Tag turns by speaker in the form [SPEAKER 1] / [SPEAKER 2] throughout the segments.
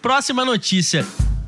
[SPEAKER 1] Próxima notícia.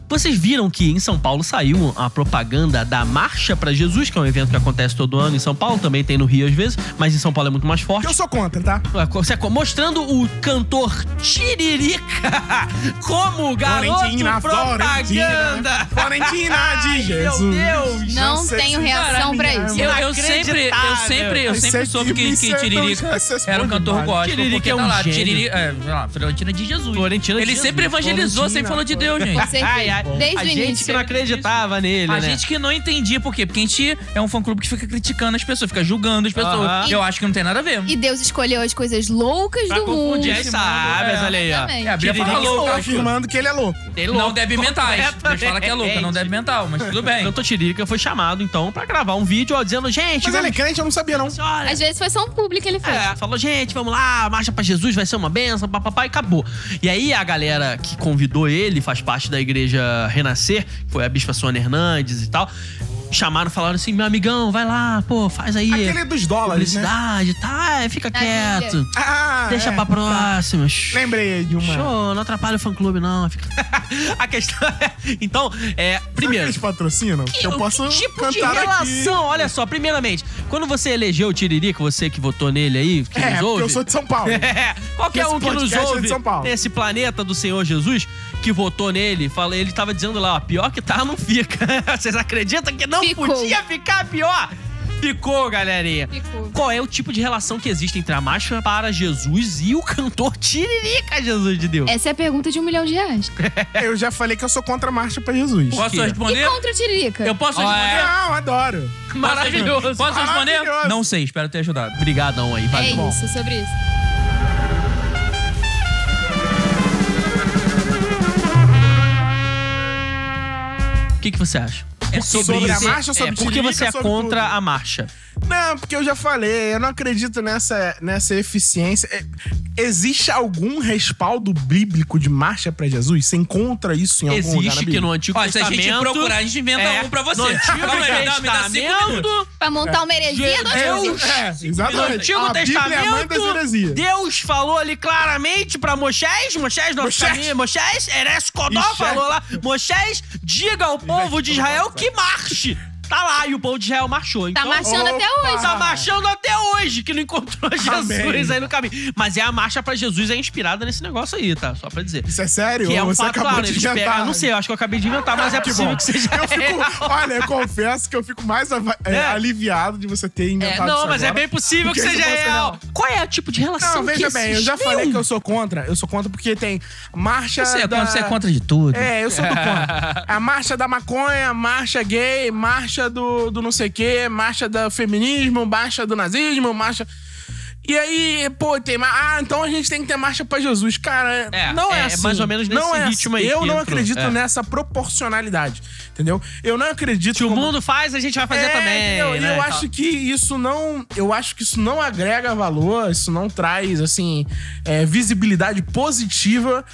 [SPEAKER 1] Vocês viram que em São Paulo saiu a propaganda da Marcha para Jesus, que é um evento que acontece todo ano em São Paulo, também tem no Rio às vezes, mas em São Paulo é muito mais forte.
[SPEAKER 2] Eu sou contra, tá?
[SPEAKER 1] Você- Mostrando o cantor Tiririca como garoto
[SPEAKER 2] Florentina, Florentina,
[SPEAKER 1] propaganda.
[SPEAKER 2] né? Florentina
[SPEAKER 1] Ai,
[SPEAKER 2] de Jesus.
[SPEAKER 1] Meu Deus.
[SPEAKER 3] Não
[SPEAKER 2] sei
[SPEAKER 3] tenho
[SPEAKER 2] se-
[SPEAKER 3] reação pra
[SPEAKER 2] Cara,
[SPEAKER 3] isso.
[SPEAKER 4] Eu, eu sempre, eu sempre, eu
[SPEAKER 2] Isso
[SPEAKER 4] sempre
[SPEAKER 2] é
[SPEAKER 4] soube que,
[SPEAKER 2] difícil,
[SPEAKER 4] que Tiririca
[SPEAKER 2] então, isso é
[SPEAKER 4] era um cantor
[SPEAKER 2] espanhol.
[SPEAKER 4] gótico.
[SPEAKER 1] Tiririca
[SPEAKER 4] porque
[SPEAKER 1] é
[SPEAKER 4] tá
[SPEAKER 1] um
[SPEAKER 4] lá,
[SPEAKER 1] gênio.
[SPEAKER 4] Tiririca, é, sei lá, Florentina de Jesus.
[SPEAKER 1] Florentina de
[SPEAKER 4] Ele
[SPEAKER 1] Jesus.
[SPEAKER 4] sempre evangelizou, sempre falou de Deus, gente.
[SPEAKER 3] Com certeza.
[SPEAKER 1] Ai, ai.
[SPEAKER 3] Desde
[SPEAKER 1] a
[SPEAKER 3] o
[SPEAKER 1] gente
[SPEAKER 3] início.
[SPEAKER 1] que não acreditava nele,
[SPEAKER 4] A
[SPEAKER 1] né?
[SPEAKER 4] gente que não entendia por quê. Porque a gente é um fã-clube que fica criticando as pessoas, fica julgando as pessoas.
[SPEAKER 1] Aham.
[SPEAKER 4] Eu acho que não tem nada a ver.
[SPEAKER 3] E Deus escolheu as coisas loucas
[SPEAKER 1] Pra
[SPEAKER 3] do mundo.
[SPEAKER 1] confundir as sábias,
[SPEAKER 4] É.
[SPEAKER 1] olha aí, ó.
[SPEAKER 3] Exatamente.
[SPEAKER 4] É, a Bia
[SPEAKER 1] Tiririca
[SPEAKER 4] fala
[SPEAKER 1] é
[SPEAKER 2] Tá
[SPEAKER 4] louca.
[SPEAKER 2] afirmando que ele é louco.
[SPEAKER 1] É
[SPEAKER 4] Não
[SPEAKER 1] louco,
[SPEAKER 4] deve mentais. Deus
[SPEAKER 1] completamente.
[SPEAKER 4] fala que é louca, não deve mental, mas tudo
[SPEAKER 1] O
[SPEAKER 4] bem.
[SPEAKER 1] cantor Tiririca foi chamado, então, pra gravar um vídeo, ó, dizendo, gente,
[SPEAKER 2] Mas ele é
[SPEAKER 1] vamos...
[SPEAKER 2] crente, eu não sabia, não.
[SPEAKER 1] olha,
[SPEAKER 3] Às vezes foi só um público que ele fez.
[SPEAKER 1] É, falou, gente, vamos lá, marcha pra Jesus, vai ser uma benção, papapá, e acabou. E aí a galera que convidou ele, faz parte da igreja Renascer, que foi a Bispa Sônia Hernandes e tal, chamaram, falaram assim, meu amigão, vai lá, pô, faz aí.
[SPEAKER 2] Aquele dos dólares, né?
[SPEAKER 1] publicidade, tá, é, fica
[SPEAKER 3] Da
[SPEAKER 1] quieto.
[SPEAKER 3] Bíblia.
[SPEAKER 2] Ah,
[SPEAKER 1] Deixa
[SPEAKER 2] é. Tá.
[SPEAKER 1] pra próxima. Shhh.
[SPEAKER 2] Lembrei de uma.
[SPEAKER 1] Show, não atrapalha o fã-clube, não. Fica- a questão é... Então, é,
[SPEAKER 2] Primeiro.
[SPEAKER 1] primeiro...
[SPEAKER 2] Eles patrocinam? eu
[SPEAKER 1] Que
[SPEAKER 2] posso
[SPEAKER 1] tipo
[SPEAKER 2] cantar
[SPEAKER 1] de
[SPEAKER 2] aqui.
[SPEAKER 1] relação? Olha só, primeiramente, quando você elegeu o Tiririca, você que votou nele aí, que
[SPEAKER 2] É,
[SPEAKER 1] nos
[SPEAKER 2] porque
[SPEAKER 1] ouve...
[SPEAKER 2] eu sou de São Paulo.
[SPEAKER 1] É, qualquer
[SPEAKER 2] Esse
[SPEAKER 1] um que nos
[SPEAKER 2] podcast é de
[SPEAKER 1] ouve
[SPEAKER 2] São Paulo.
[SPEAKER 1] nesse planeta do Senhor Jesus que votou nele, fala, ele tava dizendo lá, ó, pior que tá, não fica. Vocês acreditam que não
[SPEAKER 3] Ficou.
[SPEAKER 1] podia ficar pior? Ficou, galerinha.
[SPEAKER 3] Ficou.
[SPEAKER 1] Qual é o tipo de relação que existe entre a marcha para Jesus e o cantor Tiririca, Jesus de Deus?
[SPEAKER 3] Essa é a pergunta de um milhão de reais.
[SPEAKER 2] Eu já falei que eu sou contra a marcha pra Jesus.
[SPEAKER 4] Posso
[SPEAKER 1] quê?
[SPEAKER 3] E
[SPEAKER 4] responder?
[SPEAKER 3] contra o Tiririca?
[SPEAKER 4] Eu posso responder?
[SPEAKER 2] Não, adoro.
[SPEAKER 1] Maravilhoso.
[SPEAKER 4] Posso responder?
[SPEAKER 2] é? Maravilhoso.
[SPEAKER 4] Não sei, espero ter ajudado.
[SPEAKER 1] Obrigadão aí,
[SPEAKER 3] É
[SPEAKER 1] valeu.
[SPEAKER 3] isso, sobre isso.
[SPEAKER 1] O que, que você acha?
[SPEAKER 4] É
[SPEAKER 2] Sobre a
[SPEAKER 4] isso.
[SPEAKER 2] marcha ou
[SPEAKER 4] É,
[SPEAKER 2] sobre
[SPEAKER 1] Por que
[SPEAKER 2] Tiririca,
[SPEAKER 1] você é
[SPEAKER 2] sobre
[SPEAKER 1] contra
[SPEAKER 2] tudo?
[SPEAKER 1] a marcha?
[SPEAKER 2] Não, porque eu já falei, eu não acredito nessa, nessa eficiência. É, Existe algum respaldo bíblico de marcha pra Jesus? Você encontra isso em algum lugar na
[SPEAKER 1] Existe que
[SPEAKER 2] Bíblia?
[SPEAKER 1] no Antigo
[SPEAKER 4] Ó, se a
[SPEAKER 1] Testamento...
[SPEAKER 4] gente procurar, a gente inventa um pra você.
[SPEAKER 1] No Antigo
[SPEAKER 4] Calma aí, me dá- me dá cinco
[SPEAKER 1] Testamento...
[SPEAKER 4] minutos.
[SPEAKER 3] Pra montar uma heresia do
[SPEAKER 2] É,
[SPEAKER 3] Jesus.
[SPEAKER 2] é,
[SPEAKER 1] No
[SPEAKER 2] exatamente.
[SPEAKER 1] Antigo
[SPEAKER 2] a
[SPEAKER 1] Testamento,
[SPEAKER 2] Bíblia é a mãe das heresias.
[SPEAKER 1] Deus falou ali claramente pra Moisés, Moisés, nosso
[SPEAKER 2] Moisés.
[SPEAKER 1] caminho, é Moisés, Eres Codó
[SPEAKER 2] Ixi,
[SPEAKER 1] falou lá, Moisés, diga ao povo de Israel que marche. Tá lá, e o povo de Israel marchou.
[SPEAKER 3] Tá
[SPEAKER 1] Então,
[SPEAKER 3] marchando até
[SPEAKER 2] Opa!
[SPEAKER 3] hoje.
[SPEAKER 1] Tá marchando até hoje, que não encontrou Jesus
[SPEAKER 2] Amém.
[SPEAKER 1] aí no caminho. Mas é a marcha pra Jesus, é inspirada nesse negócio aí, tá? Só pra dizer.
[SPEAKER 2] Isso é sério?
[SPEAKER 1] Que é
[SPEAKER 2] Ou
[SPEAKER 1] um
[SPEAKER 2] você
[SPEAKER 1] fato
[SPEAKER 2] acabou
[SPEAKER 1] claro,
[SPEAKER 2] de
[SPEAKER 1] eles
[SPEAKER 2] inventar?
[SPEAKER 1] pegam- Não sei, eu acho que eu acabei de inventar, mas é
[SPEAKER 2] Que
[SPEAKER 1] possível
[SPEAKER 2] bom.
[SPEAKER 1] que seja.
[SPEAKER 2] Eu fico, olha, eu confesso que eu fico mais ava- é,
[SPEAKER 1] É.
[SPEAKER 2] aliviado de você ter
[SPEAKER 1] É,
[SPEAKER 2] inventado
[SPEAKER 1] não,
[SPEAKER 2] isso
[SPEAKER 1] mas é
[SPEAKER 2] agora.
[SPEAKER 1] bem possível que
[SPEAKER 2] Porque
[SPEAKER 1] seja
[SPEAKER 2] isso vai ser
[SPEAKER 1] real.
[SPEAKER 2] real.
[SPEAKER 1] Qual é o tipo de relação
[SPEAKER 2] assim, Não, veja
[SPEAKER 1] que
[SPEAKER 2] bem, eu já
[SPEAKER 1] existiu?
[SPEAKER 2] falei que eu sou contra. Eu sou contra porque tem marcha
[SPEAKER 4] Você é
[SPEAKER 2] da...
[SPEAKER 4] contra, você é contra de tudo.
[SPEAKER 2] É, eu sou do contra. A marcha da maconha, a marcha gay, marcha do, do não sei o quê, marcha do feminismo, marcha do nazismo, marcha... E aí, pô, tem... ma- Ah, então a gente tem que ter marcha pra Jesus. Cara,
[SPEAKER 1] É,
[SPEAKER 2] não é,
[SPEAKER 1] é
[SPEAKER 2] assim.
[SPEAKER 1] mais ou menos nesse
[SPEAKER 2] não é
[SPEAKER 1] ritmo
[SPEAKER 2] assim.
[SPEAKER 1] aí
[SPEAKER 2] Eu
[SPEAKER 1] que
[SPEAKER 2] não
[SPEAKER 1] entrou,
[SPEAKER 2] acredito
[SPEAKER 1] é.
[SPEAKER 2] nessa proporcionalidade, entendeu? Eu não acredito...
[SPEAKER 1] Se o
[SPEAKER 2] como-
[SPEAKER 1] mundo faz, a gente vai fazer
[SPEAKER 2] É,
[SPEAKER 1] também.
[SPEAKER 2] entendeu? E
[SPEAKER 1] né,
[SPEAKER 2] eu
[SPEAKER 1] e tal.
[SPEAKER 2] acho que isso não. Eu acho que isso não agrega valor, isso não traz, assim, é, visibilidade positiva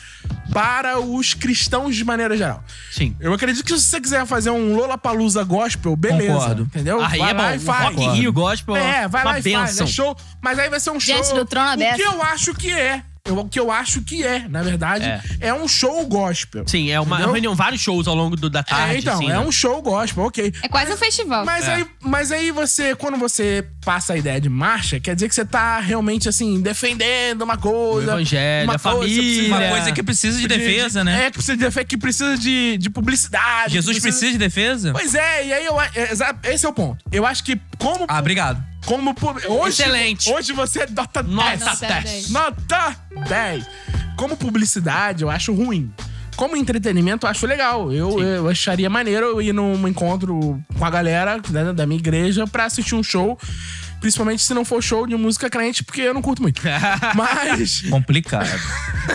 [SPEAKER 2] para os cristãos de maneira geral.
[SPEAKER 1] Sim.
[SPEAKER 2] Eu acredito que se você quiser fazer um Lollapalooza gospel, beleza.
[SPEAKER 4] Concordo.
[SPEAKER 2] Entendeu?
[SPEAKER 1] Aí é bom. um Rock in Rio gospel
[SPEAKER 2] É, vai
[SPEAKER 1] uma
[SPEAKER 2] lá e faz.
[SPEAKER 1] benção.
[SPEAKER 2] É show, mas aí vai ser um show.
[SPEAKER 3] Diante do trono
[SPEAKER 2] O
[SPEAKER 3] aberto.
[SPEAKER 2] que eu acho que é. Eu- o que eu acho que é, na verdade,
[SPEAKER 1] É.
[SPEAKER 2] é, um show gospel.
[SPEAKER 1] Sim, é uma
[SPEAKER 2] Entendeu?
[SPEAKER 1] reunião, vários shows ao longo do- da tarde.
[SPEAKER 2] é, então,
[SPEAKER 1] assim,
[SPEAKER 2] é
[SPEAKER 1] né?
[SPEAKER 2] um show gospel, ok.
[SPEAKER 3] É quase um festival.
[SPEAKER 2] Mas, aí, mas aí você, quando você passa a ideia de marcha, quer dizer que você tá realmente assim, defendendo uma coisa.
[SPEAKER 1] O evangelho, a
[SPEAKER 2] que precisa-
[SPEAKER 4] Uma
[SPEAKER 1] família.
[SPEAKER 4] coisa que precisa de
[SPEAKER 2] de-
[SPEAKER 4] defesa, né?
[SPEAKER 2] É, que precisa de defesa, que precisa de, de
[SPEAKER 1] É.
[SPEAKER 2] publicidade.
[SPEAKER 4] Jesus
[SPEAKER 2] que
[SPEAKER 4] precisa de defesa?
[SPEAKER 2] Pois é, e aí eu. é, exa- Esse é o ponto. Eu acho que como.
[SPEAKER 4] Ah, obrigado.
[SPEAKER 2] como pub- hoje,
[SPEAKER 1] Excelente.
[SPEAKER 2] Hoje você é nota 10.
[SPEAKER 1] Nota
[SPEAKER 3] Nota 10.
[SPEAKER 2] Nota 10. Como publicidade, eu acho ruim. Como entretenimento, eu acho legal. Eu, eu acharia maneiro eu ir num encontro com a galera né, da minha igreja pra assistir um show. Principalmente se não for show de música crente, porque eu não curto muito. Mas.
[SPEAKER 4] Complicado.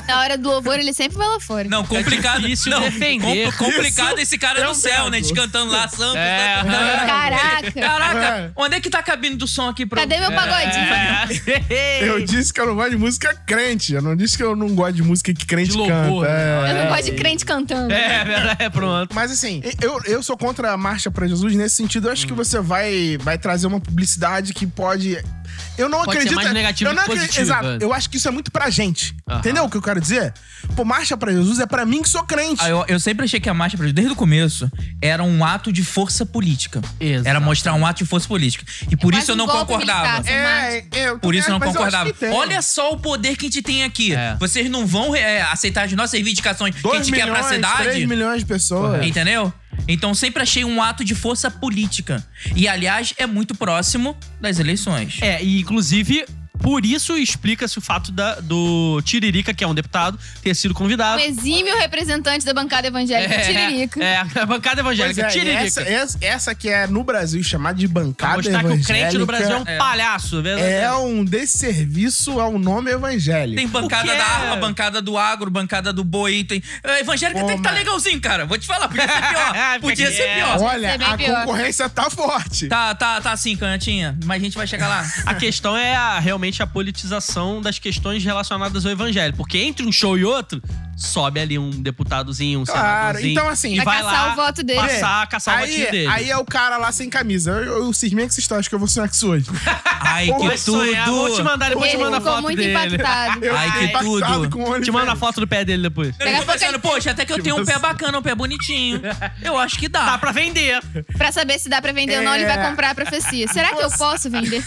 [SPEAKER 3] Na hora do louvor, ele sempre vai lá fora.
[SPEAKER 4] Não, complicado.
[SPEAKER 1] É difícil
[SPEAKER 4] não,
[SPEAKER 1] defender. um
[SPEAKER 4] compl- complicado esse cara no céu, né? Descantando lá, santo.
[SPEAKER 1] É.
[SPEAKER 4] santo, santo.
[SPEAKER 3] Caraca.
[SPEAKER 4] Caraca,
[SPEAKER 2] É.
[SPEAKER 4] onde é que tá a cabine do som aqui pra
[SPEAKER 3] Cadê meu pagodinho?
[SPEAKER 1] É.
[SPEAKER 2] Eu disse que eu não gosto de música crente. Eu não disse que eu não gosto de música que crente
[SPEAKER 1] De louvor, né?
[SPEAKER 2] canta. É.
[SPEAKER 3] Eu não gosto de crente cantando.
[SPEAKER 1] É, verdade, é, pronto.
[SPEAKER 2] Mas assim, eu, eu sou
[SPEAKER 1] Hum.
[SPEAKER 2] contra a marcha pra Jesus nesse sentido. Eu acho que você vai, vai trazer uma publicidade que pode Eu não
[SPEAKER 1] Pode ser
[SPEAKER 2] acredito.
[SPEAKER 1] mais negativo
[SPEAKER 2] eu não
[SPEAKER 1] que
[SPEAKER 2] acredito.
[SPEAKER 1] positivo,
[SPEAKER 2] Exato.
[SPEAKER 1] é.
[SPEAKER 2] Eu acho que isso é muito pra gente.
[SPEAKER 1] Aham.
[SPEAKER 2] Entendeu o que eu quero dizer? Pô, marcha pra Jesus é pra mim que sou crente.
[SPEAKER 4] Ah, eu, eu sempre achei que a marcha, pra Jesus, desde o começo, era um ato de força política.
[SPEAKER 1] Exato.
[SPEAKER 4] Era mostrar um ato de força política. E por
[SPEAKER 3] quase
[SPEAKER 4] isso eu não
[SPEAKER 3] um golpe
[SPEAKER 4] concordava.
[SPEAKER 3] militar. É,
[SPEAKER 2] eu
[SPEAKER 4] Por isso eu não
[SPEAKER 2] mas acho
[SPEAKER 4] concordava.
[SPEAKER 2] que tem.
[SPEAKER 4] Olha só o poder que a gente tem aqui.
[SPEAKER 1] É.
[SPEAKER 4] Vocês não vão é, aceitar as nossas reivindicações que a
[SPEAKER 2] Dois
[SPEAKER 4] gente quer pra
[SPEAKER 2] milhões, três
[SPEAKER 4] cidade.
[SPEAKER 2] milhões de pessoas.
[SPEAKER 4] Entendeu? Então sempre achei um ato de força política. E, aliás, é muito próximo das eleições.
[SPEAKER 1] É, e inclusive, por isso explica-se o fato da- do Tiririca, que é um deputado, ter sido
[SPEAKER 3] Um
[SPEAKER 1] convidado.
[SPEAKER 3] exímio representante da bancada evangélica, Tiririca.
[SPEAKER 1] É, a bancada
[SPEAKER 2] Pois
[SPEAKER 1] evangélica,
[SPEAKER 2] é, e
[SPEAKER 1] Tiririca.
[SPEAKER 2] essa, essa, essa que é no Brasil chamada de
[SPEAKER 1] Pra
[SPEAKER 2] bancada
[SPEAKER 1] mostrar que o crente no
[SPEAKER 2] evangélica
[SPEAKER 1] Brasil é um
[SPEAKER 4] é.
[SPEAKER 1] palhaço, verdade?
[SPEAKER 2] é um desserviço ao nome evangélico.
[SPEAKER 4] Tem bancada
[SPEAKER 1] O que
[SPEAKER 4] da
[SPEAKER 1] é?
[SPEAKER 4] arma, bancada do agro, bancada do boi. Tem... A evangélica
[SPEAKER 2] Pô,
[SPEAKER 4] tem que estar
[SPEAKER 2] mas-
[SPEAKER 4] legalzinho, cara. Vou te falar, podia ser pior. podia
[SPEAKER 1] Porque
[SPEAKER 4] ser
[SPEAKER 1] é.
[SPEAKER 4] pior.
[SPEAKER 2] Olha,
[SPEAKER 3] Vai ser bem
[SPEAKER 2] a
[SPEAKER 3] pior.
[SPEAKER 2] concorrência tá forte.
[SPEAKER 4] Tá, tá, tá assim, Canhotinha. Mas a gente vai chegar lá.
[SPEAKER 1] A questão é a- realmente a politização das questões relacionadas ao evangelho. Porque entre um show e outro, sobe ali um deputadozinho, um
[SPEAKER 2] Claro,
[SPEAKER 1] senadorzinho.
[SPEAKER 2] então, assim,
[SPEAKER 1] e
[SPEAKER 3] Vai
[SPEAKER 1] vai
[SPEAKER 3] caçar
[SPEAKER 1] lá
[SPEAKER 3] o voto dele.
[SPEAKER 1] Passar, caçar o
[SPEAKER 2] aí,
[SPEAKER 1] votinho dele.
[SPEAKER 2] aí é o cara lá sem camisa. Eu, eu cismei com essa história, acho que eu vou sonhar com isso hoje.
[SPEAKER 4] Ai,
[SPEAKER 2] Pô,
[SPEAKER 4] que
[SPEAKER 1] Vai sonhar, Vou te
[SPEAKER 4] tudo.
[SPEAKER 1] mandar, depois te
[SPEAKER 3] Ele
[SPEAKER 1] manda a
[SPEAKER 3] ficou
[SPEAKER 1] foto
[SPEAKER 3] muito
[SPEAKER 1] dele.
[SPEAKER 3] impactado.
[SPEAKER 2] Eu
[SPEAKER 4] Ai, que
[SPEAKER 2] fiquei impactado
[SPEAKER 4] tudo.
[SPEAKER 2] Com o olho
[SPEAKER 1] Te manda a
[SPEAKER 2] dele.
[SPEAKER 1] foto do pé dele depois.
[SPEAKER 4] Eu
[SPEAKER 3] Daqui a
[SPEAKER 4] fico
[SPEAKER 3] pouco
[SPEAKER 4] pensando,
[SPEAKER 3] ele-
[SPEAKER 4] poxa, até que eu tenho um pé
[SPEAKER 2] você-
[SPEAKER 4] bacana, um pé bonitinho. Eu acho que dá.
[SPEAKER 1] Dá pra vender.
[SPEAKER 3] Pra saber se dá pra vender ou não, ele
[SPEAKER 1] É.
[SPEAKER 3] vai comprar a profecia. Será que eu posso vender?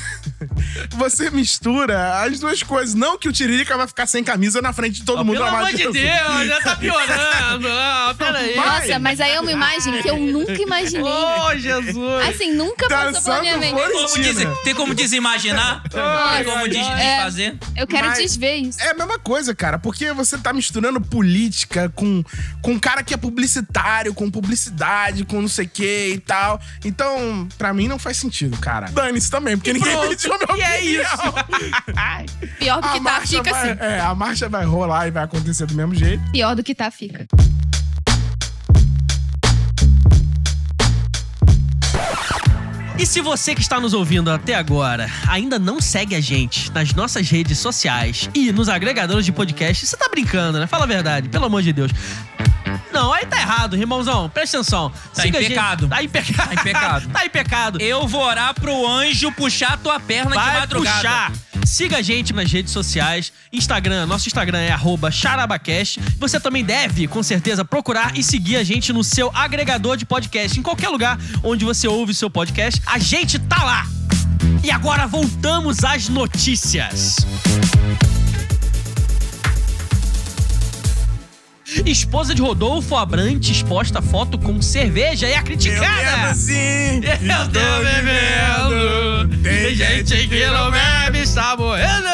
[SPEAKER 2] Você mistura as duas coisas. Não que o Tiririca vai ficar sem camisa na frente de todo mundo.
[SPEAKER 1] Pelo
[SPEAKER 2] amado
[SPEAKER 1] amor de Deus, já tá piorando. Ah, peraí.
[SPEAKER 3] Nossa, mas aí é uma imagem que eu nunca imaginei.
[SPEAKER 1] Ô, Jesus.
[SPEAKER 3] Assim, nunca passou pela
[SPEAKER 2] Dançando
[SPEAKER 3] minha mente.
[SPEAKER 2] fora-
[SPEAKER 4] Como
[SPEAKER 2] Valentina.
[SPEAKER 4] dizer- tem como desimaginar?
[SPEAKER 2] Ai,
[SPEAKER 4] tem como
[SPEAKER 2] ai,
[SPEAKER 4] des-
[SPEAKER 2] ai.
[SPEAKER 4] desfazer?
[SPEAKER 3] Eu quero
[SPEAKER 2] Mas-
[SPEAKER 3] desver isso.
[SPEAKER 2] É a mesma coisa, cara, porque você tá misturando política com, com um cara que é publicitário, com publicidade, com não sei o que e tal. Então, pra mim não faz sentido, cara. Dane-se também, porque ninguém
[SPEAKER 1] pronto.
[SPEAKER 2] pediu meu
[SPEAKER 1] E é isso.
[SPEAKER 3] Pior do
[SPEAKER 2] A
[SPEAKER 3] que tá,
[SPEAKER 2] marcha,
[SPEAKER 3] fica
[SPEAKER 2] vai,
[SPEAKER 3] assim.
[SPEAKER 2] é, a marcha vai rolar e vai acontecer do mesmo jeito.
[SPEAKER 3] Pior do que tá, fica.
[SPEAKER 1] E se você que está nos ouvindo até agora ainda não segue a gente nas nossas redes sociais e nos agregadores de podcast, você tá brincando, né? Fala a verdade, pelo amor de Deus. Não, aí tá errado, irmãozão. Presta atenção.
[SPEAKER 4] Tá
[SPEAKER 1] Siga
[SPEAKER 4] em
[SPEAKER 1] a gente.
[SPEAKER 4] pecado.
[SPEAKER 1] Tá em pecado.
[SPEAKER 4] Tá em pecado.
[SPEAKER 1] tá em pecado.
[SPEAKER 4] Eu vou orar pro anjo puxar tua perna de
[SPEAKER 1] Vai
[SPEAKER 4] madrugada.
[SPEAKER 1] puxar. Siga a gente nas redes sociais, Instagram, nosso Instagram é arroba charabacast. Você também deve, com certeza, procurar e seguir a gente no seu agregador de podcast, em qualquer lugar onde você ouve o seu podcast, a gente tá lá. E agora voltamos às notícias. Esposa de Rodolfo Abrante exposta a foto com cerveja e é criticada.
[SPEAKER 2] assim,
[SPEAKER 1] Eu tô bebendo. Tem gente que não bebe, está morrendo.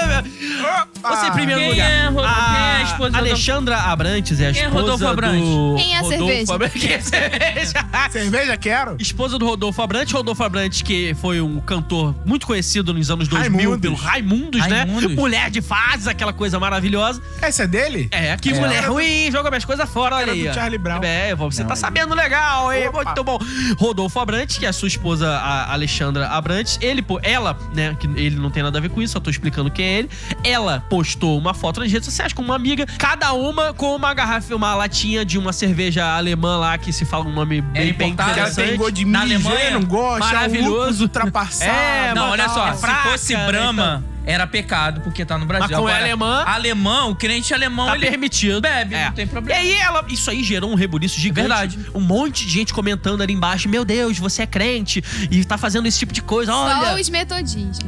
[SPEAKER 1] Você em primeiro
[SPEAKER 4] Quem
[SPEAKER 1] lugar.
[SPEAKER 4] é Rodolfo? Quem é a
[SPEAKER 1] a
[SPEAKER 4] esposa do-
[SPEAKER 1] Alexandra Abrantes é a
[SPEAKER 4] Quem é
[SPEAKER 1] esposa
[SPEAKER 4] Rodolfo Abrantes?
[SPEAKER 1] do
[SPEAKER 3] Quem é a
[SPEAKER 1] Rodolfo
[SPEAKER 3] cerveja?
[SPEAKER 1] Abrantes. Quem é a cerveja?
[SPEAKER 2] Cerveja quero?
[SPEAKER 1] Esposa do Rodolfo Abrantes, Rodolfo Abrantes, que foi um cantor muito conhecido nos anos 2000
[SPEAKER 2] Raimundos.
[SPEAKER 1] pelo Raimundos, né?
[SPEAKER 4] Raimundos.
[SPEAKER 1] Mulher de fases, aquela coisa maravilhosa.
[SPEAKER 2] Essa é dele?
[SPEAKER 1] É, que mulher ruim, joga minhas coisas fora, olha
[SPEAKER 2] Era
[SPEAKER 1] aí.
[SPEAKER 2] do
[SPEAKER 1] ó.
[SPEAKER 2] Charlie Brown.
[SPEAKER 1] É, você tá sabendo legal, hein?
[SPEAKER 2] Opa.
[SPEAKER 1] Muito bom. Rodolfo Abrantes, que é a sua esposa, a Alexandra Abrantes, ele, pô, ela, né, que ele não tem nada a ver com isso, só tô explicando quem é ele. Ela postou uma foto nas redes sociais com uma amiga, cada uma com uma garrafa, uma latinha de uma cerveja alemã lá, que se fala um nome bem, bem
[SPEAKER 4] importada,
[SPEAKER 2] É Ela
[SPEAKER 1] interessante.
[SPEAKER 2] tem gosto de
[SPEAKER 4] Na
[SPEAKER 2] milho,
[SPEAKER 4] Alemanha,
[SPEAKER 2] não gosta,
[SPEAKER 1] maravilhoso.
[SPEAKER 2] é um lúpulo ultrapassado.
[SPEAKER 1] É,
[SPEAKER 4] Não,
[SPEAKER 1] mas
[SPEAKER 4] olha
[SPEAKER 1] não,
[SPEAKER 4] só,
[SPEAKER 1] é fraca,
[SPEAKER 4] se fosse
[SPEAKER 1] né,
[SPEAKER 4] Brahma, era pecado, porque tá no Brasil.
[SPEAKER 1] Mas como é alemã-
[SPEAKER 4] Alemão, o crente alemão,
[SPEAKER 1] Tá
[SPEAKER 4] ele
[SPEAKER 1] permitido. É.
[SPEAKER 4] bebe, não tem problema.
[SPEAKER 1] E aí, ela, isso aí gerou um rebuliço gigante.
[SPEAKER 4] Verdade.
[SPEAKER 1] Um monte de gente comentando ali embaixo: Meu Deus, você é crente e tá fazendo esse tipo de coisa.
[SPEAKER 3] Só
[SPEAKER 1] Olha.
[SPEAKER 3] os metodistas.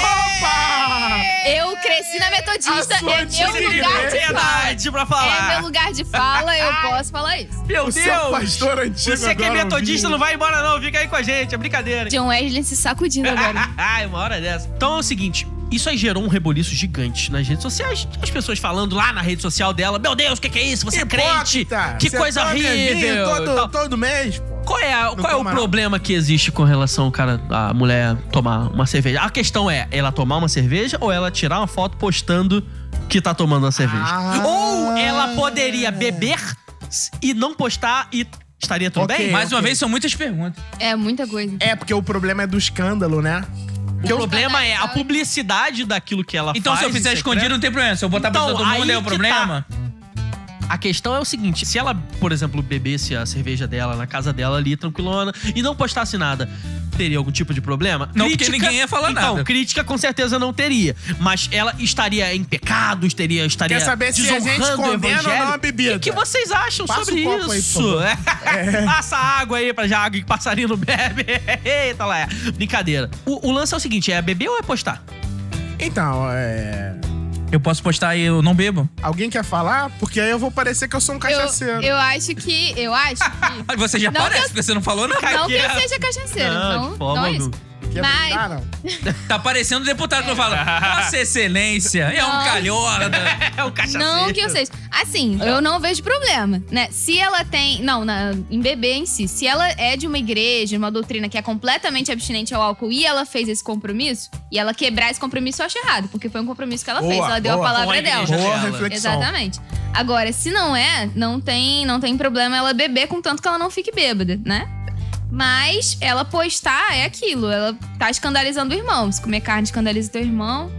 [SPEAKER 2] Opa!
[SPEAKER 3] Eu cresci na metodista,
[SPEAKER 2] A sua
[SPEAKER 3] é meu lugar
[SPEAKER 1] Verdade
[SPEAKER 3] de fala.
[SPEAKER 1] pra
[SPEAKER 3] É
[SPEAKER 1] falar.
[SPEAKER 3] meu lugar de fala, eu posso falar isso.
[SPEAKER 1] Meu
[SPEAKER 2] O
[SPEAKER 1] Deus.
[SPEAKER 2] seu pastor antigo
[SPEAKER 1] Você que é
[SPEAKER 2] agora
[SPEAKER 1] metodista,
[SPEAKER 2] ouviu.
[SPEAKER 1] não vai embora, não. Fica aí com a gente. É brincadeira.
[SPEAKER 3] John Wesley se sacudindo agora.
[SPEAKER 1] Ah, é uma hora dessa. Então é o seguinte, isso aí gerou um reboliço gigante nas redes sociais. As pessoas falando lá na rede social dela, meu Deus, o que, que é isso? Você é crente?
[SPEAKER 2] Hipócrita,
[SPEAKER 1] Que
[SPEAKER 2] você tá
[SPEAKER 1] coisa
[SPEAKER 2] toma vinho
[SPEAKER 1] horrível.
[SPEAKER 2] Todo,
[SPEAKER 1] Tal.
[SPEAKER 2] todo mês, pô.
[SPEAKER 1] Qual é, a- qual é o
[SPEAKER 2] toma, não.
[SPEAKER 1] problema que existe com relação, cara, a mulher tomar uma cerveja? A questão é, ela tomar uma cerveja ou ela tirar uma foto postando que tá tomando uma cerveja?
[SPEAKER 2] Ah.
[SPEAKER 1] Ou ela poderia beber e não postar e estaria tudo
[SPEAKER 2] Ok.
[SPEAKER 1] bem?
[SPEAKER 4] Mais uma
[SPEAKER 2] ok.
[SPEAKER 4] vez, são muitas perguntas.
[SPEAKER 1] Tá
[SPEAKER 3] É muita coisa.
[SPEAKER 2] É, porque o problema é do escândalo, né?
[SPEAKER 1] o problema é a publicidade daquilo que ela
[SPEAKER 4] Então,
[SPEAKER 1] faz.
[SPEAKER 4] se eu
[SPEAKER 1] em
[SPEAKER 4] fizer
[SPEAKER 1] secreto.
[SPEAKER 4] escondido, não tem problema. Se eu botar pra
[SPEAKER 1] Então,
[SPEAKER 4] todo
[SPEAKER 1] aí
[SPEAKER 4] mundo, é o
[SPEAKER 1] que
[SPEAKER 4] problema.
[SPEAKER 1] A questão é o seguinte: se ela, por exemplo, bebesse a cerveja dela na casa dela ali, tranquilona, e não postasse nada, teria algum tipo de problema?
[SPEAKER 4] Não, porque ninguém ia falar
[SPEAKER 1] então,
[SPEAKER 4] nada.
[SPEAKER 1] crítica com certeza não teria. Mas ela estaria em pecados, teria, estaria
[SPEAKER 2] Quer saber se a gente
[SPEAKER 1] desonrando o
[SPEAKER 2] condena ou não a
[SPEAKER 1] evangelho.
[SPEAKER 2] bebida?
[SPEAKER 1] O que vocês acham
[SPEAKER 2] Passa
[SPEAKER 1] sobre
[SPEAKER 2] o copo aí, por
[SPEAKER 1] isso? É. Passa água aí pra já água que passarinho não bebe. Eita lá. é. Brincadeira. O, o lance é o seguinte: é beber ou é postar?
[SPEAKER 2] Então, é.
[SPEAKER 4] Eu posso postar e eu não bebo?
[SPEAKER 2] Alguém quer falar? Porque aí eu vou parecer que eu sou um
[SPEAKER 3] Eu,
[SPEAKER 2] cachaceiro.
[SPEAKER 3] eu acho que. Eu acho que.
[SPEAKER 4] Ah, Você já
[SPEAKER 3] Não,
[SPEAKER 4] parece,
[SPEAKER 3] eu-
[SPEAKER 4] porque você não falou nada.
[SPEAKER 3] Não que eu
[SPEAKER 1] Caqueiro.
[SPEAKER 3] seja cachaceiro,
[SPEAKER 1] Não,
[SPEAKER 3] não,
[SPEAKER 1] Ah, de
[SPEAKER 3] não,
[SPEAKER 1] forma
[SPEAKER 3] é isso.
[SPEAKER 1] alguma.
[SPEAKER 2] Quer
[SPEAKER 3] mas-
[SPEAKER 2] brincar, não?
[SPEAKER 4] Tá parecendo o deputado que eu falo. Nossa excelência, é um
[SPEAKER 3] Não.
[SPEAKER 4] calhorda.
[SPEAKER 1] É o cachaceiro.
[SPEAKER 3] Não que eu seja. Assim, eu não vejo problema, né? Se ela tem. Não, na- em bebê em si. Se ela é de uma igreja, uma doutrina que é completamente abstinente ao álcool e ela fez esse compromisso, e ela quebrar esse compromisso, eu acho errado, porque foi um compromisso que ela
[SPEAKER 2] Boa,
[SPEAKER 3] fez. Ela deu
[SPEAKER 2] boa,
[SPEAKER 3] a
[SPEAKER 1] com a
[SPEAKER 3] palavra é
[SPEAKER 1] igreja
[SPEAKER 3] dela.
[SPEAKER 2] Boa
[SPEAKER 1] dela.
[SPEAKER 2] reflexão.
[SPEAKER 3] Exatamente. Agora, se não é, não tem, não tem problema ela beber, contanto que ela não fique bêbada, né? Mas ela postar é aquilo. Ela tá escandalizando o irmão. Se comer carne escandaliza teu irmão,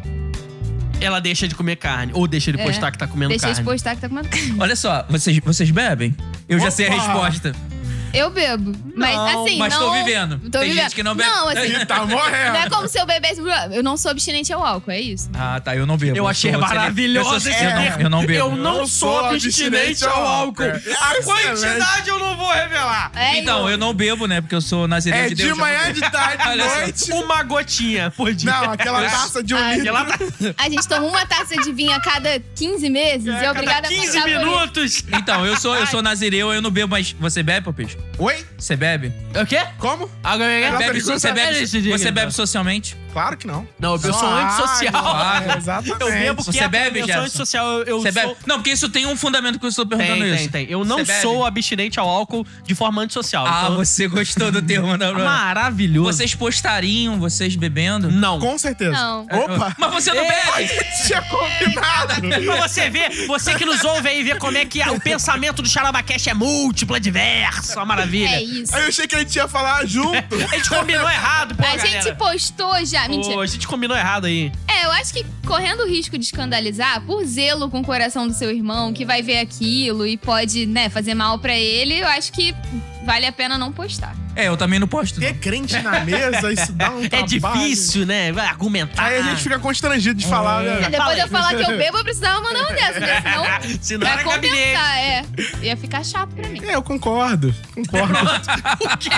[SPEAKER 1] Ela deixa de comer carne. Ou deixa ele
[SPEAKER 3] É.
[SPEAKER 1] postar que tá comendo
[SPEAKER 3] deixa de
[SPEAKER 1] carne.
[SPEAKER 3] postar que tá comendo carne.
[SPEAKER 4] Olha só, vocês, vocês bebem? Eu já sei a
[SPEAKER 2] Opa!
[SPEAKER 4] resposta.
[SPEAKER 3] Eu bebo. mas
[SPEAKER 4] Não,
[SPEAKER 3] assim,
[SPEAKER 4] mas
[SPEAKER 3] não.
[SPEAKER 4] tô vivendo.
[SPEAKER 3] Tô
[SPEAKER 4] Tem
[SPEAKER 3] vivendo.
[SPEAKER 4] gente que não bebe.
[SPEAKER 3] Não, assim,
[SPEAKER 2] Ele tá morrendo.
[SPEAKER 3] não é como se eu bebesse. Eu não sou abstinente ao álcool, é isso.
[SPEAKER 4] Ah, tá, eu não bebo.
[SPEAKER 1] Eu achei
[SPEAKER 4] sou-
[SPEAKER 1] maravilhoso
[SPEAKER 4] eu sou-
[SPEAKER 1] esse
[SPEAKER 4] eu, não,
[SPEAKER 1] termo.
[SPEAKER 4] eu não bebo.
[SPEAKER 1] Eu não sou
[SPEAKER 2] Eu sou
[SPEAKER 1] abstinente
[SPEAKER 2] abstinente
[SPEAKER 1] ao
[SPEAKER 2] ao
[SPEAKER 1] álcool.
[SPEAKER 2] álcool.
[SPEAKER 1] A
[SPEAKER 2] Excelente.
[SPEAKER 1] quantidade eu não vou revelar.
[SPEAKER 3] É
[SPEAKER 4] Então,
[SPEAKER 3] isso.
[SPEAKER 4] eu não bebo, né? Porque eu sou nazireu
[SPEAKER 2] É
[SPEAKER 4] de
[SPEAKER 2] de,
[SPEAKER 4] Deus. eu não
[SPEAKER 2] manhã,
[SPEAKER 4] bebo.
[SPEAKER 2] de tarde, de
[SPEAKER 4] Olha só.
[SPEAKER 2] noite.
[SPEAKER 1] Uma gotinha por dia.
[SPEAKER 2] Não, aquela taça de um
[SPEAKER 3] Ai,
[SPEAKER 2] litro.
[SPEAKER 1] Aquela tá
[SPEAKER 3] A gente toma uma taça de vinho a cada 15 meses e é
[SPEAKER 1] cada
[SPEAKER 3] obrigada a
[SPEAKER 1] 15
[SPEAKER 3] passar por isso.
[SPEAKER 1] minutos.
[SPEAKER 4] Então, eu sou, eu sou nazireu, eu não bebo, mas você bebe, Popesco?
[SPEAKER 2] Oi?
[SPEAKER 4] Você bebe?
[SPEAKER 1] O quê? é
[SPEAKER 2] Como?
[SPEAKER 1] Agora eu
[SPEAKER 2] Não,
[SPEAKER 4] Bebe-
[SPEAKER 2] pergunta-
[SPEAKER 4] você, bebe
[SPEAKER 1] Eles dizem,
[SPEAKER 4] você
[SPEAKER 1] então.
[SPEAKER 4] bebe socialmente?
[SPEAKER 2] Claro que não.
[SPEAKER 1] Não, eu sou
[SPEAKER 2] Ah,
[SPEAKER 1] antissocial.
[SPEAKER 2] claro,
[SPEAKER 4] Ah,
[SPEAKER 2] Exatamente.
[SPEAKER 1] Eu bebo
[SPEAKER 4] Você
[SPEAKER 1] porque a
[SPEAKER 4] bebe,
[SPEAKER 1] prevenção
[SPEAKER 4] Gerson?
[SPEAKER 1] antissocial eu, eu
[SPEAKER 4] Você
[SPEAKER 1] sou...
[SPEAKER 4] bebe? Não, porque isso tem um fundamento que eu estou perguntando
[SPEAKER 1] Tem,
[SPEAKER 4] isso.
[SPEAKER 1] tem, tem. Eu não
[SPEAKER 4] Você bebe?
[SPEAKER 1] sou abstinente ao álcool de forma antissocial.
[SPEAKER 4] Ah,
[SPEAKER 1] então-
[SPEAKER 4] você gostou do termo da Bruna.
[SPEAKER 1] Maravilhoso.
[SPEAKER 4] Vocês postariam, vocês bebendo?
[SPEAKER 1] Não.
[SPEAKER 2] Com certeza.
[SPEAKER 3] Não.
[SPEAKER 4] É,
[SPEAKER 2] Opa!
[SPEAKER 4] Mas você não bebe!
[SPEAKER 2] Tinha combinado.
[SPEAKER 1] Pra você ver, você que nos ouve aí, ver como é que o pensamento do Xarabacash é múltiplo, é diverso, uma maravilha.
[SPEAKER 3] É isso.
[SPEAKER 2] Aí eu achei que ele tinha falar junto.
[SPEAKER 1] A gente combinou errado, pô,
[SPEAKER 3] a
[SPEAKER 1] galera.
[SPEAKER 3] gente postou já. Mentira.
[SPEAKER 1] Pô, a gente combinou errado aí.
[SPEAKER 3] É, eu acho que correndo o risco de escandalizar, por zelo com o coração do seu irmão, que vai ver aquilo e pode, né, fazer mal pra ele, eu acho que vale a pena não postar.
[SPEAKER 4] É, eu também não posto. não.
[SPEAKER 2] Ter crente na mesa, isso dá um
[SPEAKER 1] É
[SPEAKER 2] trabalho.
[SPEAKER 1] difícil, né? Vai argumentar.
[SPEAKER 2] Aí a gente fica constrangido de falar, né?
[SPEAKER 3] Depois
[SPEAKER 1] Fala
[SPEAKER 3] de
[SPEAKER 1] aí.
[SPEAKER 3] eu falar que eu bebo, eu precisava mandar um dessa, né? Senão
[SPEAKER 1] Ah, Se não
[SPEAKER 3] ia
[SPEAKER 1] era gabinete.
[SPEAKER 3] compensar, é. Ia ficar chato pra mim.
[SPEAKER 2] É, eu concordo. Concordo.
[SPEAKER 1] Ok,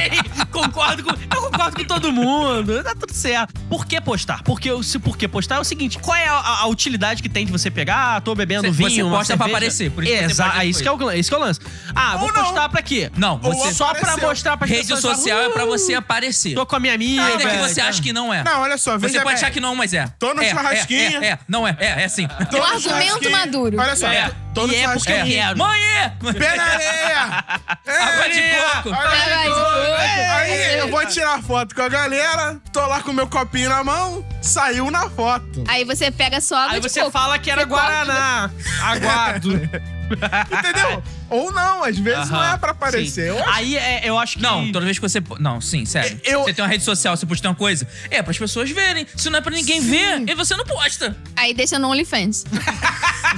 [SPEAKER 1] concordo com. Eu concordo com todo mundo. Tá tudo certo. Por que postar? Porque o- se por que postar é o seguinte: qual é a, a- a utilidade que tem de você pegar? Ah, tô bebendo
[SPEAKER 4] Você-
[SPEAKER 1] vinho.
[SPEAKER 4] você
[SPEAKER 1] uma
[SPEAKER 4] posta pra
[SPEAKER 1] cerveja?
[SPEAKER 4] aparecer, por isso que você
[SPEAKER 1] Exa-
[SPEAKER 4] pode
[SPEAKER 1] é isso que é, o, glan- esse que é o lance. Ah, vou
[SPEAKER 2] Ou não.
[SPEAKER 1] postar pra quê?
[SPEAKER 4] Não,
[SPEAKER 2] Ou
[SPEAKER 4] você.
[SPEAKER 1] Só pra
[SPEAKER 2] Apareceu.
[SPEAKER 1] mostrar pra
[SPEAKER 4] Rede social é pra você aparecer.
[SPEAKER 1] "Uh, Tô com a minha amiga.
[SPEAKER 4] Ainda que você acha que não é.
[SPEAKER 2] Não, olha só,
[SPEAKER 4] Você
[SPEAKER 2] veja
[SPEAKER 4] pode
[SPEAKER 2] bem.
[SPEAKER 4] achar que não, mas é.
[SPEAKER 2] Tô no
[SPEAKER 4] é,
[SPEAKER 2] churrasquinho.
[SPEAKER 4] É, é, é. não é, é, é sim.
[SPEAKER 2] Tô
[SPEAKER 3] Um
[SPEAKER 2] no
[SPEAKER 3] argumento
[SPEAKER 2] churrasquinho.
[SPEAKER 3] maduro.
[SPEAKER 2] Olha só,
[SPEAKER 1] É.
[SPEAKER 2] tô no
[SPEAKER 1] E é porque
[SPEAKER 2] churrasquinho.
[SPEAKER 1] eu quero.
[SPEAKER 4] Mãe!
[SPEAKER 2] Pé na areia! É,
[SPEAKER 4] Água de coco.
[SPEAKER 2] Olha
[SPEAKER 3] Água de coco.
[SPEAKER 2] Aí eu vou tirar foto com a galera, tô lá com meu copinho na mão, saiu na foto.
[SPEAKER 3] Aí você pega só água
[SPEAKER 1] Aí
[SPEAKER 3] de
[SPEAKER 1] você
[SPEAKER 3] coco.
[SPEAKER 1] fala que era
[SPEAKER 3] Você come.
[SPEAKER 1] Guaraná. Aguardo.
[SPEAKER 2] Entendeu? Ou não, às vezes não é pra
[SPEAKER 1] Sim.
[SPEAKER 2] aparecer. Eu
[SPEAKER 1] Aí é, eu acho que.
[SPEAKER 4] Não, toda vez que você. po- Não, sim, sério.
[SPEAKER 2] Eu-
[SPEAKER 4] Você tem uma rede social, você posta uma coisa. É, pras pessoas verem. Se não é pra ninguém ver, e você não posta.
[SPEAKER 3] Aí deixa no OnlyFans.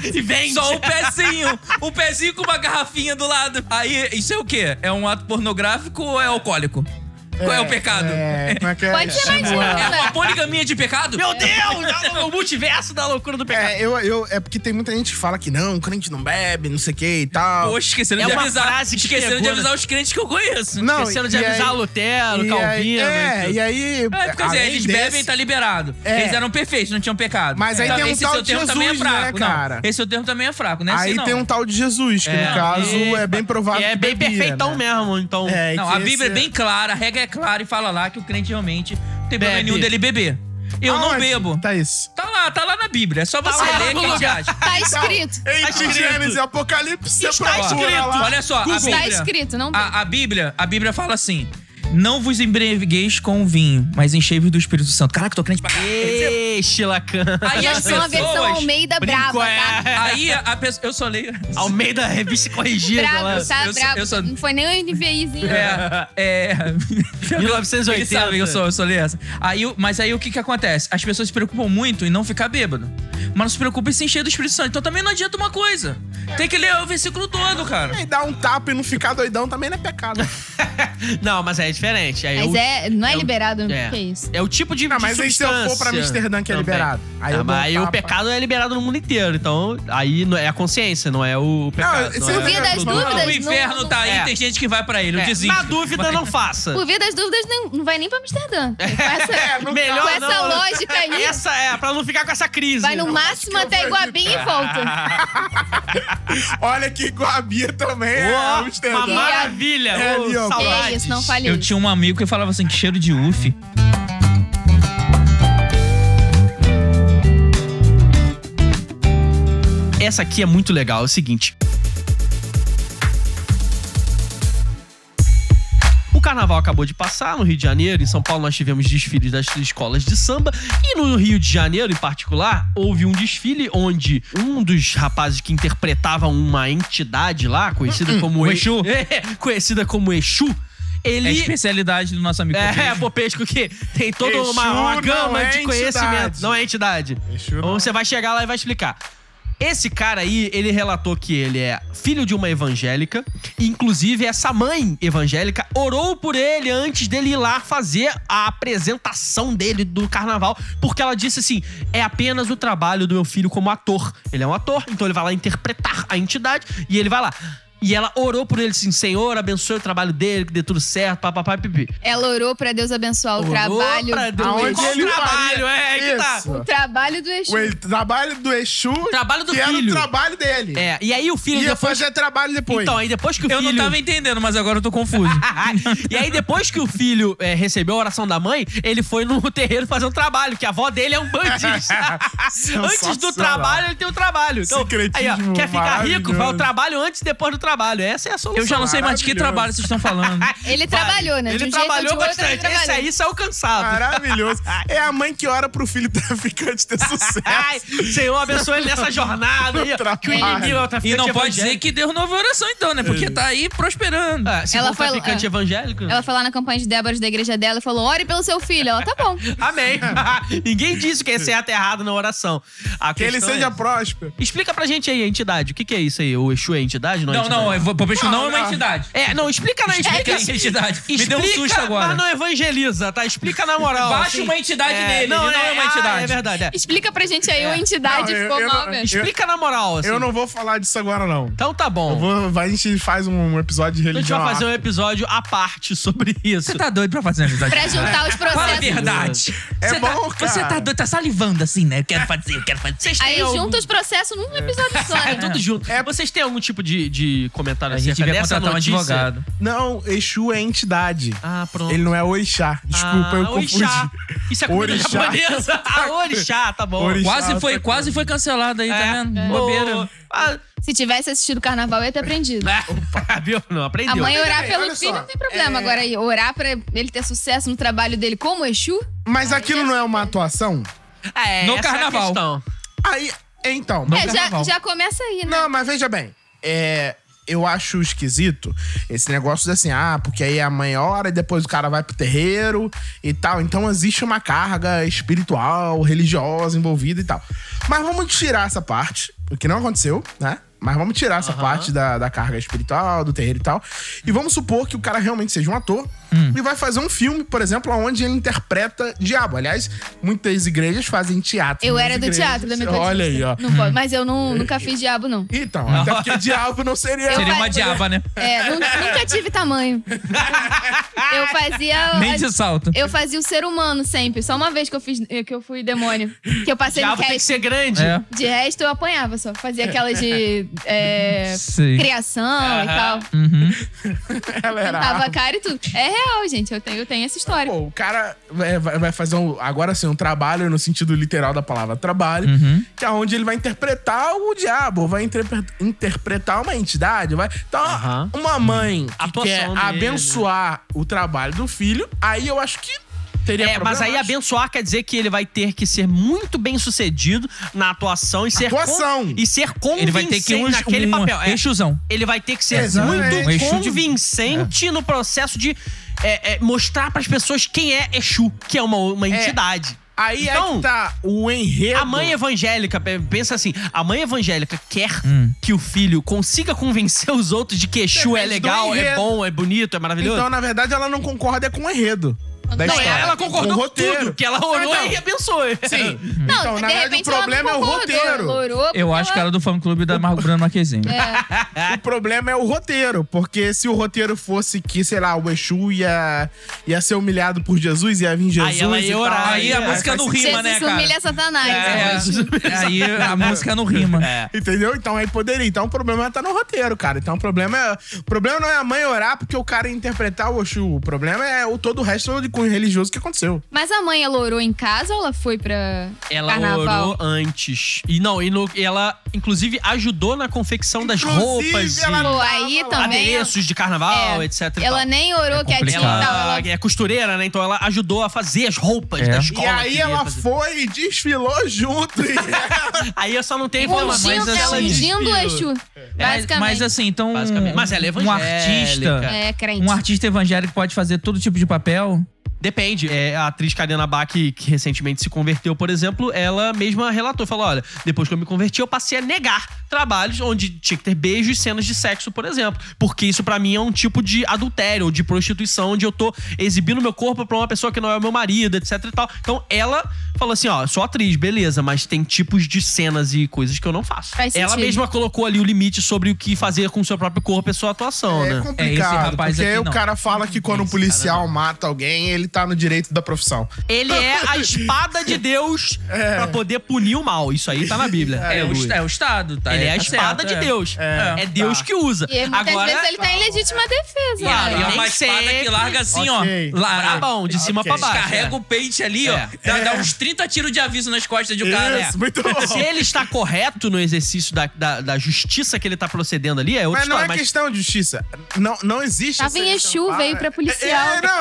[SPEAKER 1] É. E vende.
[SPEAKER 4] Só o pezinho. o pezinho com uma garrafinha do lado. Aí, isso é o quê? É um ato pornográfico ou é alcoólico? Qual é o pecado? É,
[SPEAKER 2] É, como é que é?
[SPEAKER 3] Pode ser mais de né?
[SPEAKER 2] Ué.
[SPEAKER 3] nada.
[SPEAKER 4] uma poligamia de pecado?
[SPEAKER 1] Meu Deus! O multiverso da loucura do pecado.
[SPEAKER 2] É, eu, eu, é porque tem muita gente que fala que não, crente não bebe, não sei o que e tal.
[SPEAKER 4] Poxa, esquecendo
[SPEAKER 1] É
[SPEAKER 4] de
[SPEAKER 1] uma
[SPEAKER 4] avisar.
[SPEAKER 1] frase que
[SPEAKER 4] esquecendo
[SPEAKER 1] pegou,
[SPEAKER 4] de
[SPEAKER 1] né?
[SPEAKER 4] avisar os crentes que eu conheço.
[SPEAKER 2] É, não,
[SPEAKER 1] Esquecendo de
[SPEAKER 2] e
[SPEAKER 1] avisar
[SPEAKER 2] aí-
[SPEAKER 1] Lutero,
[SPEAKER 2] e aí-
[SPEAKER 1] Calvino. né?
[SPEAKER 2] É, e aí.
[SPEAKER 4] É, porque assim,
[SPEAKER 2] além
[SPEAKER 4] eles
[SPEAKER 2] desse-
[SPEAKER 4] bebem e tá liberado.
[SPEAKER 2] É.
[SPEAKER 4] Eles eram perfeitos, não tinham pecado.
[SPEAKER 2] Mas aí
[SPEAKER 4] Então,
[SPEAKER 2] tem um
[SPEAKER 4] esse
[SPEAKER 2] tal
[SPEAKER 4] seu
[SPEAKER 2] de
[SPEAKER 4] termo também é
[SPEAKER 2] Jesus,
[SPEAKER 4] fraco,
[SPEAKER 2] né,
[SPEAKER 4] não.
[SPEAKER 2] cara?
[SPEAKER 4] Esse seu termo também é fraco, né?
[SPEAKER 2] Aí
[SPEAKER 4] assim, não.
[SPEAKER 2] tem um tal de Jesus, que no caso é bem provável.
[SPEAKER 1] E é
[SPEAKER 2] que
[SPEAKER 1] bem
[SPEAKER 2] bebia,
[SPEAKER 1] perfeitão
[SPEAKER 2] né?
[SPEAKER 1] mesmo, então.
[SPEAKER 2] É,
[SPEAKER 4] Não,
[SPEAKER 2] que
[SPEAKER 4] a Bíblia é
[SPEAKER 2] esse-
[SPEAKER 4] bem clara, a regra é clara e fala lá que o crente realmente não tem problema
[SPEAKER 1] Bebe.
[SPEAKER 4] nenhum dele beber. Eu não
[SPEAKER 2] Aonde
[SPEAKER 4] bebo.
[SPEAKER 2] Tá isso.
[SPEAKER 4] Tá lá, tá lá na Bíblia. É só você
[SPEAKER 1] lá
[SPEAKER 4] ler
[SPEAKER 1] no
[SPEAKER 4] que a gente
[SPEAKER 1] lugar.
[SPEAKER 4] acha.
[SPEAKER 3] Tá escrito.
[SPEAKER 2] Entre
[SPEAKER 1] escrito.
[SPEAKER 2] Gênesis e Apocalipse, você
[SPEAKER 1] Está
[SPEAKER 2] procura
[SPEAKER 1] escrito.
[SPEAKER 2] lá.
[SPEAKER 4] Olha só, a
[SPEAKER 1] Google. Ah,
[SPEAKER 4] Bíblia,
[SPEAKER 3] Tá escrito, não bebo.
[SPEAKER 4] a, a Bíblia, a Bíblia fala assim: "Não vos embriagueis com o vinho, mas enchei-vos do Espírito Santo". Caraca, tô crente pra caralho.
[SPEAKER 1] Eixe, Lacan.
[SPEAKER 4] Aí as
[SPEAKER 3] Lançou é uma versão
[SPEAKER 4] pessoas,
[SPEAKER 3] Almeida brava,
[SPEAKER 1] Brincou,
[SPEAKER 3] tá?
[SPEAKER 1] é.
[SPEAKER 4] aí a, a pessoa, eu só leio.
[SPEAKER 1] Almeida, revista corrigida. lá.
[SPEAKER 3] Bravo, tá?
[SPEAKER 4] eu sou-
[SPEAKER 3] bravo.
[SPEAKER 4] eu sou-
[SPEAKER 3] Não foi nem o NVIzinho.
[SPEAKER 4] É, é.
[SPEAKER 1] 1980.
[SPEAKER 4] Eles sabem que eu sou, eu sou essa. Aí, o- mas aí o que que acontece? As pessoas se preocupam muito em não ficar bêbado. Mas não se preocupam em se encher do Espírito Santo. Então também não adianta uma coisa. Tem que ler o versículo todo, cara.
[SPEAKER 2] E dar um tapa e não ficar doidão também não é pecado.
[SPEAKER 1] Não, mas aí é diferente. Aí
[SPEAKER 3] Mas
[SPEAKER 1] eu-
[SPEAKER 3] é, não é
[SPEAKER 1] eu-
[SPEAKER 3] liberado, o que é isso?
[SPEAKER 1] É o tipo de.
[SPEAKER 2] Não,
[SPEAKER 1] de
[SPEAKER 2] Ah, mas aí se eu
[SPEAKER 1] substância
[SPEAKER 2] for pra Amsterdã que é
[SPEAKER 1] também.
[SPEAKER 2] liberado. Aí
[SPEAKER 1] Ah,
[SPEAKER 2] eu dou
[SPEAKER 1] mas
[SPEAKER 2] um
[SPEAKER 1] aí o
[SPEAKER 2] tapa.
[SPEAKER 1] pecado é liberado no mundo inteiro. Então, aí não- é a consciência, não é o pecado.
[SPEAKER 2] Não,
[SPEAKER 1] não
[SPEAKER 2] se
[SPEAKER 1] é-
[SPEAKER 2] eu
[SPEAKER 3] Duvida das
[SPEAKER 2] Não, não,
[SPEAKER 3] dúvidas?
[SPEAKER 4] o inferno
[SPEAKER 3] não,
[SPEAKER 4] tá aí,
[SPEAKER 1] É.
[SPEAKER 4] tem gente que vai pra ele. Eu
[SPEAKER 1] É,
[SPEAKER 4] desisto.
[SPEAKER 1] na dúvida, não faça.
[SPEAKER 3] Por via das dúvidas, nem- não vai nem pra Amsterdã. Com essa,
[SPEAKER 1] É, Melhor
[SPEAKER 3] com essa
[SPEAKER 1] não.
[SPEAKER 3] lógica aí,
[SPEAKER 1] Essa é, pra não ficar com essa crise.
[SPEAKER 3] vai no máximo até Iguabim e
[SPEAKER 1] Ah,
[SPEAKER 3] volta.
[SPEAKER 2] Olha que Guabia também é
[SPEAKER 1] Ó, uma
[SPEAKER 2] Amsterdã.
[SPEAKER 1] maravilha.
[SPEAKER 2] É
[SPEAKER 1] ô,
[SPEAKER 2] ali, ó.
[SPEAKER 3] Que
[SPEAKER 1] saudades.
[SPEAKER 3] isso, não
[SPEAKER 4] Eu
[SPEAKER 3] falhei.
[SPEAKER 4] tinha um amigo que falava assim, que cheiro de uff.
[SPEAKER 1] Essa aqui é muito legal. É o seguinte. O carnaval acabou de passar no Rio de Janeiro. Em São Paulo, nós tivemos desfiles das escolas de samba. E no Rio de Janeiro, em particular, houve um desfile onde um dos rapazes que interpretava uma entidade lá,
[SPEAKER 2] Hum,
[SPEAKER 1] conhecida como
[SPEAKER 4] o Exu.
[SPEAKER 1] É, conhecida como Exu,
[SPEAKER 4] É a
[SPEAKER 1] ele.
[SPEAKER 4] especialidade do nosso amigo.
[SPEAKER 1] É, Popesco que tem toda uma,
[SPEAKER 2] Exu
[SPEAKER 1] uma
[SPEAKER 2] não
[SPEAKER 1] gama
[SPEAKER 2] é
[SPEAKER 1] de conhecimento.
[SPEAKER 2] entidade.
[SPEAKER 1] Não é entidade.
[SPEAKER 2] Exu
[SPEAKER 1] Então você vai chegar lá e vai explicar. Esse cara aí, ele relatou que ele é filho de uma evangélica. E inclusive, essa mãe evangélica orou por ele antes dele ir lá fazer a apresentação dele do carnaval. Porque ela disse assim: é apenas o trabalho do meu filho como ator. Ele é um ator, então ele vai lá interpretar a entidade e ele vai lá. E ela orou por ele assim: Senhor, abençoe o trabalho dele, que dê tudo certo, papapá, pipi.
[SPEAKER 3] Ela orou pra Deus abençoar o
[SPEAKER 1] Orou
[SPEAKER 3] trabalho.
[SPEAKER 1] pra Deus.
[SPEAKER 3] do
[SPEAKER 1] Aonde
[SPEAKER 3] Exu.
[SPEAKER 1] Qual ele- trabalho? É, que tá.
[SPEAKER 2] Isso.
[SPEAKER 3] O trabalho do Exu.
[SPEAKER 2] O e- trabalho do Exu,
[SPEAKER 1] Trabalho do
[SPEAKER 2] que era o
[SPEAKER 1] filho.
[SPEAKER 2] trabalho dele.
[SPEAKER 1] É, e aí o
[SPEAKER 2] E
[SPEAKER 1] filho
[SPEAKER 2] Ia
[SPEAKER 1] depois.
[SPEAKER 2] fazer trabalho depois.
[SPEAKER 1] Então, aí depois que o
[SPEAKER 4] Eu
[SPEAKER 1] filho.
[SPEAKER 4] não tava entendendo, mas agora eu tô confuso.
[SPEAKER 1] e aí, depois que o filho é, recebeu a oração da mãe, ele foi no terreiro fazer um trabalho, que a avó dele é um bandista. antes do
[SPEAKER 2] Sensacional.
[SPEAKER 1] trabalho, ele tem o trabalho. Então, aí, ó,
[SPEAKER 2] Secretismo
[SPEAKER 1] quer ficar rico, vai ao
[SPEAKER 2] maravilhoso.
[SPEAKER 1] trabalho antes e depois do trabalho. Essa é a solução.
[SPEAKER 4] Eu já não sei mais de que
[SPEAKER 2] Maravilhoso.
[SPEAKER 4] trabalho vocês estão falando.
[SPEAKER 1] Vai.
[SPEAKER 3] Ele trabalhou, né? De
[SPEAKER 1] Ele
[SPEAKER 3] um jeito ou de
[SPEAKER 1] trabalhou
[SPEAKER 3] outro, ele
[SPEAKER 1] bastante.
[SPEAKER 3] trabalhou.
[SPEAKER 1] Esse aí saiu cansado.
[SPEAKER 2] Maravilhoso. É a mãe que ora pro filho traficante ter sucesso.
[SPEAKER 1] Ai, Senhor, abençoe ele nessa jornada. aí, ó,
[SPEAKER 2] Ah, é. Trabalho.
[SPEAKER 1] que o inimigo é o traficante
[SPEAKER 4] E não pode
[SPEAKER 1] evangélico. É.
[SPEAKER 4] dizer que Deus não ouviu oração, então, né? Porque tá aí prosperando.
[SPEAKER 1] Ah, se
[SPEAKER 3] Ela
[SPEAKER 1] for
[SPEAKER 3] foi-
[SPEAKER 1] traficante
[SPEAKER 3] é.
[SPEAKER 1] evangélico...
[SPEAKER 3] Ela foi lá na campanha de Débora da igreja dela e falou: ore pelo seu filho. Ela, tá bom.
[SPEAKER 1] Amém. Ninguém disse que é certo e errado na oração. A
[SPEAKER 2] Que ele
[SPEAKER 1] questão é-
[SPEAKER 2] seja próspero.
[SPEAKER 1] Explica pra gente aí a entidade. O que, que é isso aí? O Exu é entidade? Não, é
[SPEAKER 4] Não,
[SPEAKER 1] entidade?
[SPEAKER 4] não, eu vou- Popescu não é uma
[SPEAKER 2] Não, não.
[SPEAKER 4] entidade.
[SPEAKER 1] É, não, explica na
[SPEAKER 4] Explica
[SPEAKER 1] entidade.
[SPEAKER 4] a entidade. Me deu um
[SPEAKER 1] Explica,
[SPEAKER 4] susto agora.
[SPEAKER 1] Mas não evangeliza, tá? Explica na moral.
[SPEAKER 4] Baixa uma entidade nele, ele não é uma
[SPEAKER 1] ah,
[SPEAKER 4] entidade.
[SPEAKER 1] É verdade. é.
[SPEAKER 3] Explica pra gente aí, uma entidade
[SPEAKER 2] Não, eu-
[SPEAKER 3] ficou
[SPEAKER 2] eu
[SPEAKER 3] mal
[SPEAKER 2] não-
[SPEAKER 3] mesmo.
[SPEAKER 1] Explica na moral, assim.
[SPEAKER 2] Eu não vou falar disso agora, não.
[SPEAKER 1] Então tá bom.
[SPEAKER 2] Eu vou- a gente faz um episódio de
[SPEAKER 1] A gente
[SPEAKER 2] religião.
[SPEAKER 1] vai fazer
[SPEAKER 2] à
[SPEAKER 1] um episódio à parte sobre isso.
[SPEAKER 4] Você tá doido pra fazer uma amizade?
[SPEAKER 3] Pra juntar os
[SPEAKER 4] Fala a
[SPEAKER 3] processos.
[SPEAKER 4] verdade.
[SPEAKER 2] É
[SPEAKER 4] Você tá-
[SPEAKER 2] bom, cara.
[SPEAKER 4] Você tá doido, tá salivando assim, né? Eu quero fazer, eu quero fazer. Vocês
[SPEAKER 3] Aí
[SPEAKER 4] têm algum-
[SPEAKER 3] junta os processos num episódio só.
[SPEAKER 1] É
[SPEAKER 3] né?
[SPEAKER 1] tudo junto. Vocês têm algum tipo de, de comentário
[SPEAKER 4] A gente
[SPEAKER 1] acerca
[SPEAKER 4] devia
[SPEAKER 1] dessa
[SPEAKER 4] contratar um
[SPEAKER 1] notícia?
[SPEAKER 4] advogado.
[SPEAKER 2] Não, Exu é entidade.
[SPEAKER 1] Ah, pronto.
[SPEAKER 2] Ele não é orixá. Desculpa,
[SPEAKER 1] ah,
[SPEAKER 2] eu confundi.
[SPEAKER 1] orixá. Isso é comida
[SPEAKER 2] Orixá.
[SPEAKER 1] japonesa. Ah, orixá, tá bom.
[SPEAKER 2] Orixá.
[SPEAKER 4] Quase foi,
[SPEAKER 2] tá
[SPEAKER 4] quase foi cancelado aí, tá vendo?
[SPEAKER 1] É.
[SPEAKER 4] Bobeira.
[SPEAKER 1] Ô, ah,
[SPEAKER 3] Se tivesse assistido o carnaval, eu ia ter aprendido.
[SPEAKER 1] Viu? Não, aprendeu.
[SPEAKER 3] A mãe orar
[SPEAKER 2] Ei,
[SPEAKER 3] pelo
[SPEAKER 2] olha
[SPEAKER 3] filho
[SPEAKER 2] só,
[SPEAKER 3] não tem problema. Agora, aí, orar pra ele ter sucesso no trabalho dele como Exu,
[SPEAKER 2] Mas aquilo não é uma atuação?
[SPEAKER 1] É,
[SPEAKER 4] No
[SPEAKER 1] essa é a
[SPEAKER 4] carnaval.
[SPEAKER 1] questão.
[SPEAKER 2] Aí, então.
[SPEAKER 3] é, já,
[SPEAKER 4] carnaval.
[SPEAKER 3] já começa aí, né?
[SPEAKER 2] Não, mas veja bem. É, eu acho esquisito esse negócio de assim, ah, porque aí a mãe ora e depois o cara vai pro terreiro e tal. Então existe uma carga espiritual, religiosa envolvida e tal. Mas vamos tirar essa parte, o que não aconteceu, né? Mas vamos tirar essa parte da, da carga espiritual, do terreiro e tal. E vamos supor que o cara realmente seja um ator
[SPEAKER 3] Hum.
[SPEAKER 2] e vai fazer um filme, por exemplo, onde ele interpreta diabo. Aliás, muitas igrejas fazem teatro.
[SPEAKER 3] eu
[SPEAKER 2] nas
[SPEAKER 3] era do
[SPEAKER 2] igrejas.
[SPEAKER 3] teatro da metodista.
[SPEAKER 2] Olha aí, ó.
[SPEAKER 3] Não pode, mas eu não, nunca fiz diabo, não.
[SPEAKER 2] Então, até porque diabo não seria.
[SPEAKER 4] Seria uma
[SPEAKER 3] vai-
[SPEAKER 4] diaba, né?
[SPEAKER 3] É, nu- nunca tive tamanho. Eu fazia.
[SPEAKER 4] Nem de salto.
[SPEAKER 3] Eu fazia o ser humano sempre. Só uma vez que eu fiz que eu fui demônio. Que eu passei no
[SPEAKER 1] Diabo tem que
[SPEAKER 3] cast.
[SPEAKER 1] ser grande.
[SPEAKER 4] É.
[SPEAKER 3] De resto, eu apanhava só. Fazia aquela de é,
[SPEAKER 4] Sei.
[SPEAKER 3] criação e tal.
[SPEAKER 2] Ela era
[SPEAKER 3] Tava a cara e tudo. É real, gente. Eu tenho, eu tenho essa história.
[SPEAKER 2] Pô, o cara vai, vai- vai fazer um, agora sim um trabalho no sentido literal da palavra trabalho,
[SPEAKER 1] Uhum.
[SPEAKER 2] que é onde ele vai interpretar o diabo, vai interpre- interpretar uma entidade, vai. Então,
[SPEAKER 1] Aham.
[SPEAKER 2] uma mãe
[SPEAKER 1] A
[SPEAKER 2] que
[SPEAKER 1] atuação
[SPEAKER 2] quer
[SPEAKER 1] dele, né?
[SPEAKER 2] abençoar o trabalho do filho, aí eu acho que teria
[SPEAKER 1] É, mas
[SPEAKER 2] problema,
[SPEAKER 1] aí
[SPEAKER 2] acho.
[SPEAKER 1] abençoar quer dizer que ele vai ter que ser muito bem sucedido na atuação e ser
[SPEAKER 2] Atuação.
[SPEAKER 1] con- e ser convincente
[SPEAKER 4] Ele vai ter que um,
[SPEAKER 1] naquele
[SPEAKER 4] um
[SPEAKER 1] papel. É,
[SPEAKER 4] exusão.
[SPEAKER 1] ele vai ter que ser
[SPEAKER 2] Exatamente.
[SPEAKER 1] muito
[SPEAKER 4] Um Exu de-
[SPEAKER 1] convincente no processo de é, é, mostrar pras pessoas quem é Exu, que é uma, uma entidade.
[SPEAKER 2] Aí é
[SPEAKER 1] Então,
[SPEAKER 2] que tá o enredo.
[SPEAKER 1] A mãe é evangélica, pe- pensa assim, a mãe evangélica quer
[SPEAKER 4] Hum.
[SPEAKER 1] que o filho consiga convencer os outros de que Exu é
[SPEAKER 2] Depende do
[SPEAKER 1] legal, é
[SPEAKER 2] enredo.
[SPEAKER 1] bom, é bonito, é maravilhoso.
[SPEAKER 2] Então, na verdade, ela não concorda é com o enredo. Da
[SPEAKER 3] Não,
[SPEAKER 1] Não,
[SPEAKER 2] história.
[SPEAKER 1] ela concordou
[SPEAKER 2] É, Com
[SPEAKER 1] Tá. com
[SPEAKER 2] o
[SPEAKER 1] tudo,
[SPEAKER 2] roteiro.
[SPEAKER 1] que ela orou
[SPEAKER 2] Então.
[SPEAKER 1] e abençoou.
[SPEAKER 2] Sim.
[SPEAKER 3] Não,
[SPEAKER 2] então,
[SPEAKER 3] de
[SPEAKER 2] na verdade, o
[SPEAKER 3] repente ela não
[SPEAKER 2] problema é o
[SPEAKER 3] concordou,
[SPEAKER 2] roteiro.
[SPEAKER 3] ela orou,
[SPEAKER 4] Eu acho que
[SPEAKER 3] ela-
[SPEAKER 4] era do fã-clube da Marco Bruno Marquezine.
[SPEAKER 2] O problema é o roteiro, porque se o roteiro fosse que, sei lá, o Exu ia, ia ser humilhado por Jesus, ia vir Jesus.
[SPEAKER 1] Aí ela
[SPEAKER 2] e
[SPEAKER 1] ia
[SPEAKER 2] tal, é.
[SPEAKER 1] orar,
[SPEAKER 4] aí a música
[SPEAKER 2] faz
[SPEAKER 4] não
[SPEAKER 2] sentido.
[SPEAKER 4] rima, né,
[SPEAKER 3] Jesus
[SPEAKER 4] cara?
[SPEAKER 3] humilha Satanás. né?
[SPEAKER 4] É,
[SPEAKER 3] eu acho.
[SPEAKER 4] aí a música não rima.
[SPEAKER 1] É.
[SPEAKER 2] Entendeu? Então aí poderia. Então o problema tá no roteiro, cara. Então o problema é. O problema não é a mãe orar porque o cara ia interpretar o Oxu. O problema é o todo o resto de cunho religioso que aconteceu.
[SPEAKER 3] Mas a mãe, ela orou em casa ou ela foi pra
[SPEAKER 1] Ela
[SPEAKER 3] carnaval?
[SPEAKER 1] orou antes. E não, e no- e ela, inclusive, ajudou na confecção das
[SPEAKER 2] Inclusive,
[SPEAKER 1] roupas e
[SPEAKER 2] ela-
[SPEAKER 3] Pô, aí também...
[SPEAKER 1] adereços de carnaval,
[SPEAKER 3] É.
[SPEAKER 1] etc. e
[SPEAKER 3] Ela
[SPEAKER 1] tal.
[SPEAKER 3] nem orou que a tia
[SPEAKER 4] complicado.
[SPEAKER 3] tal,
[SPEAKER 1] Ela
[SPEAKER 3] ela
[SPEAKER 1] é costureira, né? Então ela ajudou a fazer as roupas
[SPEAKER 4] É.
[SPEAKER 1] da
[SPEAKER 4] E
[SPEAKER 1] escola.
[SPEAKER 2] e aí
[SPEAKER 1] que ia
[SPEAKER 2] ela
[SPEAKER 1] fazer.
[SPEAKER 2] foi e desfilou junto. E é
[SPEAKER 1] Aí eu só não tenho informações
[SPEAKER 3] Ungindo,
[SPEAKER 4] mas
[SPEAKER 3] é
[SPEAKER 4] assim-
[SPEAKER 3] ungindo o Exu,
[SPEAKER 4] Mas,
[SPEAKER 3] basicamente.
[SPEAKER 4] mas assim, então.
[SPEAKER 1] Basicamente. Mas ela é
[SPEAKER 4] um
[SPEAKER 1] evangélica.
[SPEAKER 4] artista.
[SPEAKER 3] é, crente.
[SPEAKER 4] Um artista evangélico pode fazer todo tipo de papel.
[SPEAKER 1] Depende. É, a atriz Karina Bach, que, que recentemente se converteu, por exemplo, ela mesma relatou, falou, olha, depois que eu me converti, eu passei a negar trabalhos onde tinha que ter beijos e cenas de sexo, por exemplo. Porque isso pra mim é um tipo de adultério ou de prostituição, onde eu tô exibindo meu corpo pra uma pessoa que não é meu marido, etc e tal. Então ela falou assim, ó, sou atriz, beleza, mas tem tipos de cenas e coisas que eu não faço.
[SPEAKER 3] Faz
[SPEAKER 1] ela
[SPEAKER 3] sentido.
[SPEAKER 1] mesma colocou ali o limite sobre o que fazer com o seu próprio corpo e sua atuação,
[SPEAKER 2] É
[SPEAKER 1] né?
[SPEAKER 2] complicado,
[SPEAKER 4] É, esse rapaz
[SPEAKER 2] porque
[SPEAKER 4] aqui
[SPEAKER 2] aí o
[SPEAKER 4] não.
[SPEAKER 2] cara fala que quando um policial mata alguém, ele tá no direito da profissão.
[SPEAKER 1] Ele é a espada de Deus
[SPEAKER 2] É.
[SPEAKER 1] pra poder punir o mal. Isso aí tá na Bíblia.
[SPEAKER 4] É, o, é o Estado, tá?
[SPEAKER 1] Ele é
[SPEAKER 4] Tá
[SPEAKER 1] a espada
[SPEAKER 4] certo,
[SPEAKER 1] de
[SPEAKER 4] é.
[SPEAKER 1] Deus. É,
[SPEAKER 4] É.
[SPEAKER 1] Deus
[SPEAKER 2] Tá.
[SPEAKER 1] que usa.
[SPEAKER 3] E muitas
[SPEAKER 1] Agora,
[SPEAKER 3] vezes ele tá em legítima defesa.
[SPEAKER 4] Cara, e
[SPEAKER 1] Claro,
[SPEAKER 4] é
[SPEAKER 1] Nem
[SPEAKER 4] uma espada que
[SPEAKER 1] sempre.
[SPEAKER 4] larga assim,
[SPEAKER 2] Ok.
[SPEAKER 4] ó. la-
[SPEAKER 1] tá bom, de cima
[SPEAKER 2] Ok.
[SPEAKER 1] pra baixo.
[SPEAKER 4] Carrega o pente ali, ó.
[SPEAKER 1] É.
[SPEAKER 4] Dá, dá uns 30 tiros de aviso nas costas de um cara.
[SPEAKER 2] Isso, muito bom.
[SPEAKER 1] É. Se ele está correto no exercício da, da, da justiça que ele tá procedendo ali, é outra
[SPEAKER 2] Mas não
[SPEAKER 1] história.
[SPEAKER 2] é
[SPEAKER 1] Mas
[SPEAKER 2] questão de justiça. Não, não existe.
[SPEAKER 3] Tava em
[SPEAKER 2] essa-
[SPEAKER 3] Tá Exu, veio pra policial.
[SPEAKER 2] É, não.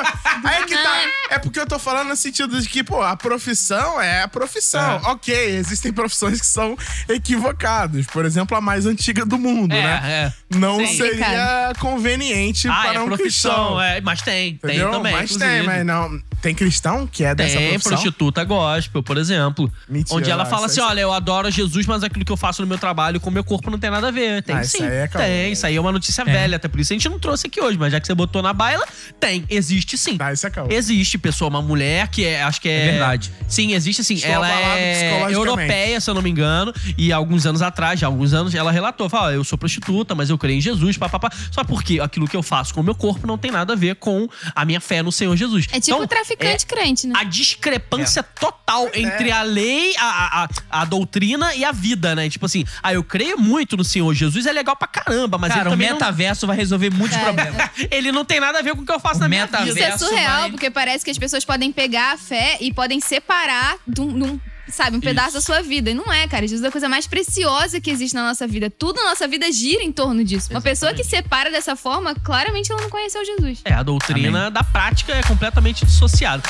[SPEAKER 2] Aí que tá. É porque eu tô falando no sentido de que, pô, a profissão é a profissão. Ok, existem profissões que são equivocadas. Por exemplo, a mais antiga do mundo,
[SPEAKER 1] É,
[SPEAKER 2] né?
[SPEAKER 1] é.
[SPEAKER 2] Não
[SPEAKER 1] Sim.
[SPEAKER 2] seria conveniente
[SPEAKER 1] Ah,
[SPEAKER 2] para
[SPEAKER 1] é
[SPEAKER 2] um
[SPEAKER 1] profissão,
[SPEAKER 2] cristão.
[SPEAKER 1] é, mas tem,
[SPEAKER 2] entendeu?
[SPEAKER 1] tem também.
[SPEAKER 2] mas tem,
[SPEAKER 1] inclusive.
[SPEAKER 2] mas não. Tem cristão que é dessa
[SPEAKER 1] Tem
[SPEAKER 2] profissão?
[SPEAKER 1] prostituta gospel, por exemplo.
[SPEAKER 2] Mentira,
[SPEAKER 1] onde ela
[SPEAKER 2] ah,
[SPEAKER 1] fala assim:
[SPEAKER 2] isso aí-
[SPEAKER 1] olha, eu adoro Jesus, mas aquilo que eu faço no meu trabalho com o meu corpo não tem nada a ver. Tem
[SPEAKER 2] Ah, isso
[SPEAKER 1] sim.
[SPEAKER 2] aí é caô,
[SPEAKER 1] tem, isso aí é uma notícia velha, até por isso a gente não trouxe aqui hoje, mas já que você botou na baila, tem, existe sim.
[SPEAKER 2] Ah, isso é caô.
[SPEAKER 1] Existe, pessoa, uma mulher que é, acho que é.
[SPEAKER 4] É verdade.
[SPEAKER 1] Sim, existe sim.
[SPEAKER 2] Estou
[SPEAKER 1] ela
[SPEAKER 2] abalado
[SPEAKER 1] é
[SPEAKER 2] psicologicamente.
[SPEAKER 1] europeia, se eu não me engano, e alguns anos atrás, já alguns anos, ela relatou: fala, "Ó, eu sou prostituta, mas eu creio em Jesus, papapá. Só porque aquilo que eu faço com o meu corpo não tem nada a ver com a minha fé no Senhor Jesus.
[SPEAKER 3] É tipo
[SPEAKER 1] Então,
[SPEAKER 3] traficante crente, né?
[SPEAKER 1] a
[SPEAKER 4] É.
[SPEAKER 1] discrepância total entre a lei, a, a, a- a doutrina e a vida, né? Tipo assim, ah, eu creio muito no Senhor Jesus, é legal pra caramba, mas
[SPEAKER 4] Cara, o
[SPEAKER 1] ele também não,
[SPEAKER 4] metaverso vai resolver muitos
[SPEAKER 1] É.
[SPEAKER 3] Cara,
[SPEAKER 4] problemas.
[SPEAKER 1] ele não tem nada a ver com o que eu faço
[SPEAKER 4] O
[SPEAKER 1] na minha
[SPEAKER 4] metaverso-
[SPEAKER 1] vida.
[SPEAKER 3] É. Isso é
[SPEAKER 4] verso,
[SPEAKER 3] surreal,
[SPEAKER 4] mas-
[SPEAKER 3] porque parece que as pessoas podem pegar a fé e podem separar de um. de um, Sabe, um pedaço da sua vida. E não é, cara. Jesus é a coisa mais preciosa que existe na nossa vida. Tudo na nossa vida gira em torno disso. Uma pessoa que separa dessa forma, claramente ela não conheceu Jesus.
[SPEAKER 1] É, a doutrina da prática é completamente dissociada.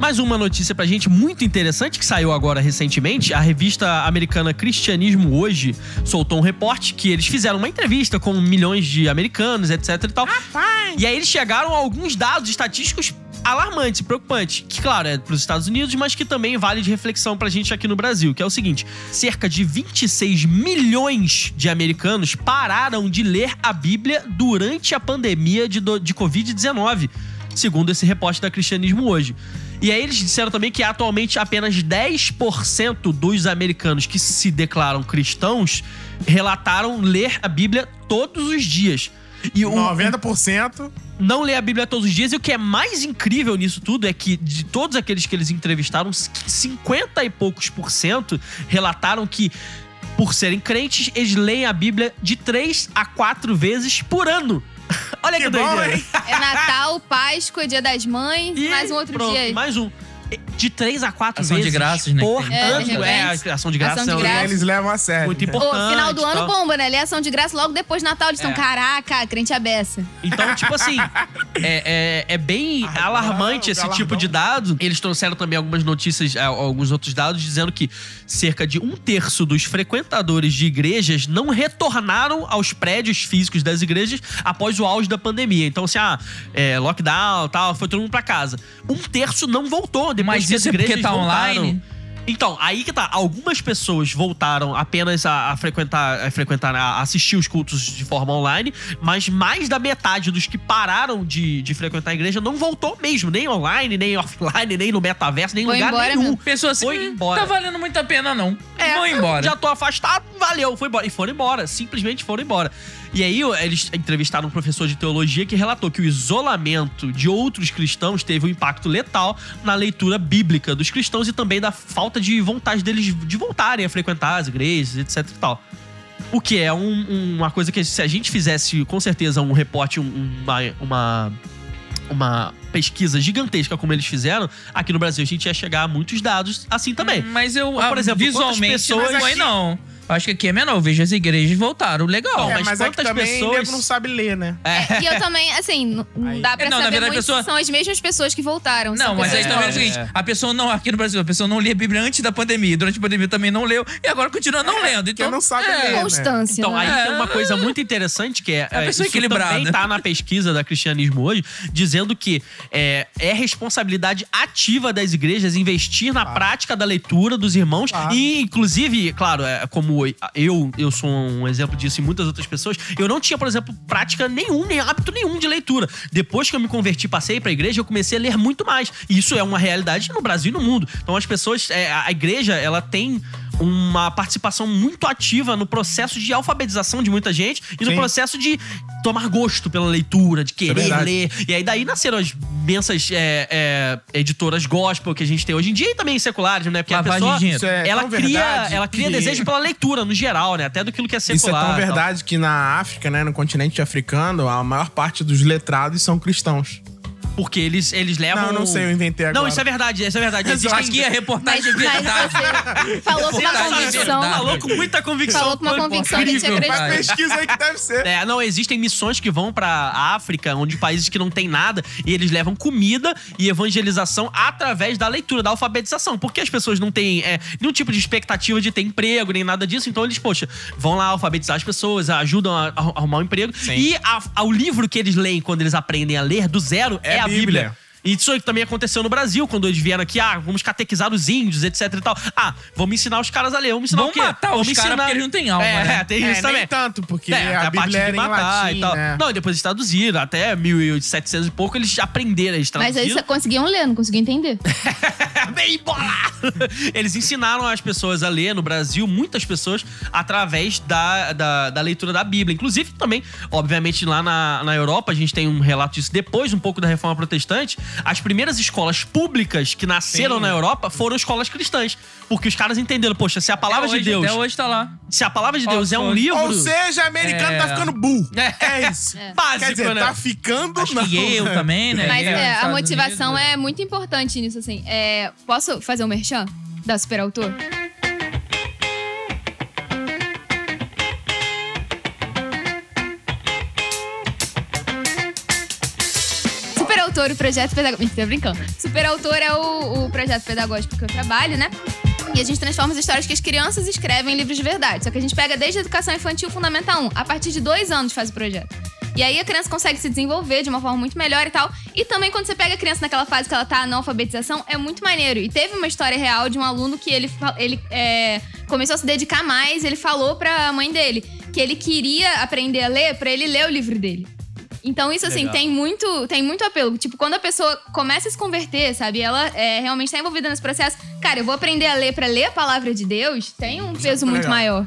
[SPEAKER 1] Mais uma notícia pra gente muito interessante que saiu agora recentemente. A revista americana Cristianismo Hoje soltou um reporte que eles fizeram uma entrevista com milhões de americanos, etc e tal. E aí eles chegaram a alguns dados estatísticos alarmantes, preocupantes, que claro, é pros Estados Unidos, mas que também vale de reflexão pra gente aqui no Brasil, que é o seguinte, cerca de 26 milhões de americanos pararam de ler a Bíblia durante a pandemia de, do- de Covid-19, segundo esse reporte da Cristianismo Hoje. E aí eles disseram também que atualmente apenas 10% dos americanos que se declaram cristãos relataram ler a Bíblia todos os dias. E o,
[SPEAKER 2] 90%.
[SPEAKER 1] não lê a Bíblia todos os dias. E o que é mais incrível nisso tudo é que de todos aqueles que eles entrevistaram, 50 e poucos por cento relataram que, por serem crentes, eles leem a Bíblia de 3 a 4 vezes por ano. Olha que,
[SPEAKER 2] Que bom,
[SPEAKER 1] É doideira.
[SPEAKER 2] hein?
[SPEAKER 3] É Natal, Páscoa, Dia das Mães,
[SPEAKER 1] E
[SPEAKER 3] mais um outro
[SPEAKER 1] pronto,
[SPEAKER 3] dia. aí.
[SPEAKER 1] Mais um. E de três a quatro
[SPEAKER 4] Ação de
[SPEAKER 1] vezes.
[SPEAKER 4] graças, né, que
[SPEAKER 1] Por
[SPEAKER 4] tem.
[SPEAKER 3] É, de
[SPEAKER 1] ano. É,
[SPEAKER 3] repente.
[SPEAKER 1] a ação de graças
[SPEAKER 3] Ação de
[SPEAKER 1] é um-
[SPEAKER 3] graças.
[SPEAKER 2] Eles levam a sério.
[SPEAKER 1] muito
[SPEAKER 3] Pô,
[SPEAKER 1] importante.
[SPEAKER 3] final do
[SPEAKER 1] tal.
[SPEAKER 3] ano bomba, né? Ele é ação de graça logo depois do Natal. Eles
[SPEAKER 4] É.
[SPEAKER 3] estão, caraca, crente a beça.
[SPEAKER 1] Então, tipo assim, é, é- é bem alarmante esse
[SPEAKER 2] galardão.
[SPEAKER 1] tipo de dado. Eles trouxeram também algumas notícias, a- alguns outros dados, dizendo que cerca de um terço dos frequentadores de igrejas não retornaram aos prédios físicos das igrejas após o auge da pandemia. Então, assim, ah, é, lockdown tal, foi todo mundo pra casa. Um terço não voltou depois
[SPEAKER 4] Mas
[SPEAKER 1] que
[SPEAKER 4] isso
[SPEAKER 1] as
[SPEAKER 4] é porque
[SPEAKER 1] igrejas
[SPEAKER 4] tá
[SPEAKER 1] voltaram.
[SPEAKER 4] online?
[SPEAKER 1] Então, aí que tá. Algumas pessoas voltaram apenas a, a frequentar, a frequentar, né, a assistir os cultos de forma online, mas mais da metade dos que pararam de, de frequentar a igreja não voltou mesmo, nem online, nem offline, nem no metaverso, nem em
[SPEAKER 3] Foi
[SPEAKER 1] lugar
[SPEAKER 3] embora
[SPEAKER 1] nenhum.
[SPEAKER 3] mesmo.
[SPEAKER 4] Pessoa assim,
[SPEAKER 1] Foi
[SPEAKER 4] "Hum,
[SPEAKER 1] embora."
[SPEAKER 4] tá valendo muito a pena não.
[SPEAKER 1] É,
[SPEAKER 4] Vão embora.
[SPEAKER 1] Já tô afastado, valeu, foi embora. E foram embora, simplesmente foram embora. E aí ó, eles entrevistaram um professor de teologia que relatou que o isolamento de outros cristãos teve um impacto letal na leitura bíblica dos cristãos e também da falta de vontade deles de voltarem a frequentar as igrejas, etc e tal. O que é um- uma coisa que se a gente fizesse com certeza um reporte, um- uma, uma, uma pesquisa gigantesca como eles fizeram, aqui no Brasil a gente ia chegar a muitos dados assim também.
[SPEAKER 4] Mas eu,
[SPEAKER 1] Mas, por
[SPEAKER 4] ah,
[SPEAKER 1] exemplo,
[SPEAKER 4] visualmente,
[SPEAKER 1] quantas
[SPEAKER 4] não
[SPEAKER 1] pessoas-
[SPEAKER 4] foi não. Acho que aqui é menor. Eu vejo as igrejas voltaram. Legal.
[SPEAKER 1] Bom,
[SPEAKER 2] É,
[SPEAKER 1] mas
[SPEAKER 2] mas, é que
[SPEAKER 1] quantas
[SPEAKER 2] também
[SPEAKER 1] pessoas-
[SPEAKER 2] o nego não sabe ler, né?
[SPEAKER 3] É, e eu também, assim, não não dá pra
[SPEAKER 4] É, Não, na
[SPEAKER 3] saber
[SPEAKER 4] verdade, a
[SPEAKER 3] muito
[SPEAKER 4] pessoa-
[SPEAKER 3] se são as mesmas pessoas que voltaram.
[SPEAKER 4] Não,
[SPEAKER 3] são
[SPEAKER 4] mas aí
[SPEAKER 3] pessoas
[SPEAKER 4] também é o
[SPEAKER 3] novas.
[SPEAKER 4] seguinte: a pessoa não, aqui no Brasil, a pessoa não lia a Bíblia antes da pandemia, durante a pandemia também não leu, e agora continua não lendo. Então,
[SPEAKER 2] É, não sabe ler. né?
[SPEAKER 3] Constância.
[SPEAKER 1] Então,
[SPEAKER 3] né?
[SPEAKER 1] aí tem uma coisa muito interessante que é.
[SPEAKER 4] É uma
[SPEAKER 1] é,
[SPEAKER 4] pessoa
[SPEAKER 1] isso
[SPEAKER 4] equilibrada.
[SPEAKER 1] também tá na pesquisa da Cristianismo hoje, dizendo que é, é responsabilidade ativa das igrejas investir na prática da leitura dos irmãos. E, inclusive, claro, é, como eu, eu sou um exemplo disso e muitas outras pessoas, eu não tinha, por exemplo, prática nenhum, nem hábito nenhum de leitura. Depois que eu me converti, passei pra igreja, eu comecei a ler muito mais. E isso é uma realidade no Brasil e no mundo. Então, as pessoas. é, a a igreja, ela tem uma participação muito ativa no processo de alfabetização de muita gente e no
[SPEAKER 2] Sim. É
[SPEAKER 1] processo de tomar gosto pela leitura, de querer
[SPEAKER 2] verdade.
[SPEAKER 1] ler. E aí daí nasceram as imensas é, é, editoras gospel que a gente tem hoje em dia e também seculares, né? Porque a
[SPEAKER 4] Lavagem
[SPEAKER 1] pessoa,
[SPEAKER 4] de dinheiro.
[SPEAKER 2] Isso é
[SPEAKER 1] ela,
[SPEAKER 2] tão
[SPEAKER 1] cria,
[SPEAKER 2] verdade
[SPEAKER 1] ela cria
[SPEAKER 2] que-
[SPEAKER 1] desejo pela leitura, no geral, né? Até do que é secular.
[SPEAKER 2] Isso é tão
[SPEAKER 1] e tal.
[SPEAKER 2] verdade que na África, né, no continente africano, a maior parte dos letrados são cristãos.
[SPEAKER 1] Porque eles, eles levam...
[SPEAKER 2] Não, não sei, eu inventei
[SPEAKER 1] É Não,
[SPEAKER 2] agora.
[SPEAKER 1] isso é verdade, isso é verdade.
[SPEAKER 4] eu acho que a
[SPEAKER 3] Mas,
[SPEAKER 4] reportagem é
[SPEAKER 3] mas
[SPEAKER 4] verdade.
[SPEAKER 3] você falou
[SPEAKER 2] tá
[SPEAKER 3] com uma
[SPEAKER 4] Verdade,
[SPEAKER 3] convicção.
[SPEAKER 4] verdade.
[SPEAKER 1] Falou tá com é muita convicção.
[SPEAKER 3] Falou com uma
[SPEAKER 1] Pô,
[SPEAKER 3] convicção que a gente
[SPEAKER 4] incrível,
[SPEAKER 3] acredita.
[SPEAKER 4] cara.
[SPEAKER 2] Mas pesquisa aí que deve ser.
[SPEAKER 1] É, não, existem missões que vão pra África, onde países que não tem nada, e eles levam comida e evangelização através da leitura, da alfabetização. Porque as pessoas não têm é, nenhum tipo de expectativa de ter emprego, nem nada disso. Então eles, poxa, vão lá alfabetizar as pessoas, ajudam a arru- arrumar um emprego. E a, ao livro que eles leem quando eles aprendem a ler do zero é,
[SPEAKER 2] É
[SPEAKER 1] a Bíblia.
[SPEAKER 2] Bíblia.
[SPEAKER 1] E Isso também aconteceu no Brasil, quando eles vieram aqui, ah, vamos catequizar os índios, etc e tal. Ah, vamos ensinar os caras a ler, vamos ensinar
[SPEAKER 4] Vamos
[SPEAKER 1] o quê?
[SPEAKER 4] matar os
[SPEAKER 1] vamos
[SPEAKER 4] caras porque eles não têm alma,
[SPEAKER 1] É,
[SPEAKER 4] né?
[SPEAKER 1] é, tem
[SPEAKER 2] É,
[SPEAKER 1] isso
[SPEAKER 2] nem
[SPEAKER 1] também.
[SPEAKER 2] tanto, porque
[SPEAKER 1] É, até
[SPEAKER 2] a Bíblia era em latim,
[SPEAKER 1] e tal.
[SPEAKER 2] né?
[SPEAKER 1] Não, e depois eles traduziram. Até 1700 e pouco eles aprenderam,
[SPEAKER 4] Tá
[SPEAKER 1] eles
[SPEAKER 3] Mas aí
[SPEAKER 1] traduziram.
[SPEAKER 3] você conseguiam ler, não conseguiam entender.
[SPEAKER 1] bem bolado. Eles ensinaram as pessoas a ler no Brasil, muitas pessoas, através da, da, da leitura da Bíblia. Inclusive também, obviamente, lá na, na Europa, a gente tem um relato disso depois, um pouco da Reforma Protestante, as primeiras escolas públicas que nasceram na Europa foram escolas cristãs. Porque os caras entenderam, poxa, se a palavra
[SPEAKER 4] Até
[SPEAKER 1] de
[SPEAKER 4] hoje-
[SPEAKER 1] Deus...
[SPEAKER 4] Até hoje tá lá.
[SPEAKER 1] Se a palavra de Deus é um
[SPEAKER 4] Oxford.
[SPEAKER 1] livro...
[SPEAKER 2] Ou seja, americano
[SPEAKER 4] É.
[SPEAKER 2] tá ficando burro. É, isso.
[SPEAKER 1] Básico,
[SPEAKER 2] Quer dizer,
[SPEAKER 1] né?
[SPEAKER 2] tá ficando,
[SPEAKER 4] Acho
[SPEAKER 2] não.
[SPEAKER 4] que eu também, né?
[SPEAKER 3] Mas
[SPEAKER 4] Eu,
[SPEAKER 3] é, a
[SPEAKER 4] Estados
[SPEAKER 3] motivação
[SPEAKER 4] Unidos,
[SPEAKER 3] é muito importante nisso, assim. É, posso fazer um merchan da Superautor? Superautor, o projeto pedagógico. Mentira, tô brincando. Superautor é o, o projeto pedagógico que eu trabalho, né? E a gente transforma as histórias que as crianças escrevem em livros de verdade. Só que a gente pega desde a educação infantil fundamental 1. A partir de dois anos faz o projeto. E aí a criança consegue se desenvolver de uma forma muito melhor e tal. E também quando você pega a criança naquela fase que ela tá na alfabetização, é muito maneiro. E teve uma história real de um aluno que ele, fa- ele é, começou a se dedicar mais, ele falou pra mãe dele que ele queria aprender a ler pra ele ler o livro dele. Então, isso, assim,
[SPEAKER 1] Legal.
[SPEAKER 3] tem muito, tem muito apelo. Tipo, quando a pessoa começa a se converter, sabe? Ela é, realmente tá envolvida nesse processo. Cara, eu vou aprender a ler pra ler a palavra de Deus, tem um
[SPEAKER 1] é
[SPEAKER 3] peso muito
[SPEAKER 2] legal.
[SPEAKER 3] maior.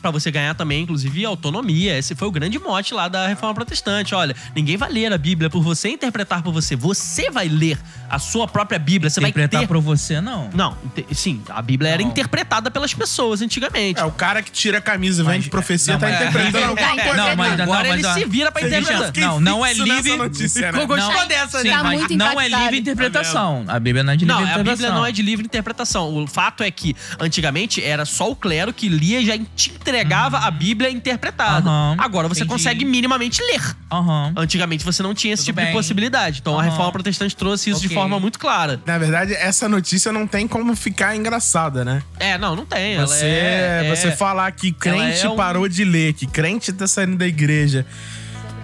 [SPEAKER 1] Pra você ganhar também, inclusive, autonomia. Esse foi o grande mote lá da Reforma Protestante. Olha, ninguém vai ler a Bíblia por você, interpretar por você. Você vai ler a sua própria Bíblia. Você vai
[SPEAKER 4] Interpretar
[SPEAKER 1] ter...
[SPEAKER 4] pra você, não.
[SPEAKER 1] Não, inte- sim, a Bíblia era
[SPEAKER 4] Não.
[SPEAKER 1] interpretada pelas pessoas antigamente.
[SPEAKER 2] É, o cara que tira a camisa e vende profecia
[SPEAKER 4] não,
[SPEAKER 2] tá
[SPEAKER 4] mas-
[SPEAKER 1] é.
[SPEAKER 2] interpretando
[SPEAKER 1] Então,
[SPEAKER 2] alguma
[SPEAKER 3] Tá
[SPEAKER 2] coisa.
[SPEAKER 3] interpretando.
[SPEAKER 4] Não, mas-
[SPEAKER 1] Agora
[SPEAKER 4] não, mas,
[SPEAKER 1] ele
[SPEAKER 4] ó,
[SPEAKER 1] se vira pra
[SPEAKER 4] Christian,
[SPEAKER 1] interpretar.
[SPEAKER 4] Não, não é
[SPEAKER 2] fixo
[SPEAKER 4] livre.
[SPEAKER 2] nessa notícia, né?
[SPEAKER 1] Ficou gostou
[SPEAKER 4] não,
[SPEAKER 1] dessa,
[SPEAKER 4] sim,
[SPEAKER 1] né?
[SPEAKER 3] Tá
[SPEAKER 4] mas
[SPEAKER 3] muito
[SPEAKER 4] não é
[SPEAKER 3] impactado.
[SPEAKER 4] livre interpretação. A Bíblia não é de livre
[SPEAKER 1] Não, a
[SPEAKER 4] interpretação.
[SPEAKER 1] Bíblia não é de livre interpretação. O fato é que, antigamente, era só o clero que lia e já te entregava a Bíblia interpretada.
[SPEAKER 4] Uhum. Aham.
[SPEAKER 1] Agora você
[SPEAKER 4] Entendi.
[SPEAKER 1] consegue minimamente ler.
[SPEAKER 4] Aham.
[SPEAKER 1] Antigamente você não tinha esse
[SPEAKER 4] Tudo
[SPEAKER 1] tipo de
[SPEAKER 4] bem.
[SPEAKER 1] possibilidade. Então a
[SPEAKER 4] Aham.
[SPEAKER 1] reforma protestante trouxe isso de
[SPEAKER 4] Ok.
[SPEAKER 1] forma muito clara.
[SPEAKER 2] Na verdade, essa notícia não tem como ficar engraçada, né?
[SPEAKER 1] É, não, não tem. Ela
[SPEAKER 2] Você,
[SPEAKER 1] é,
[SPEAKER 2] você
[SPEAKER 1] é-
[SPEAKER 2] falar que crente
[SPEAKER 1] é um-
[SPEAKER 2] parou de ler, que crente tá saindo da igreja.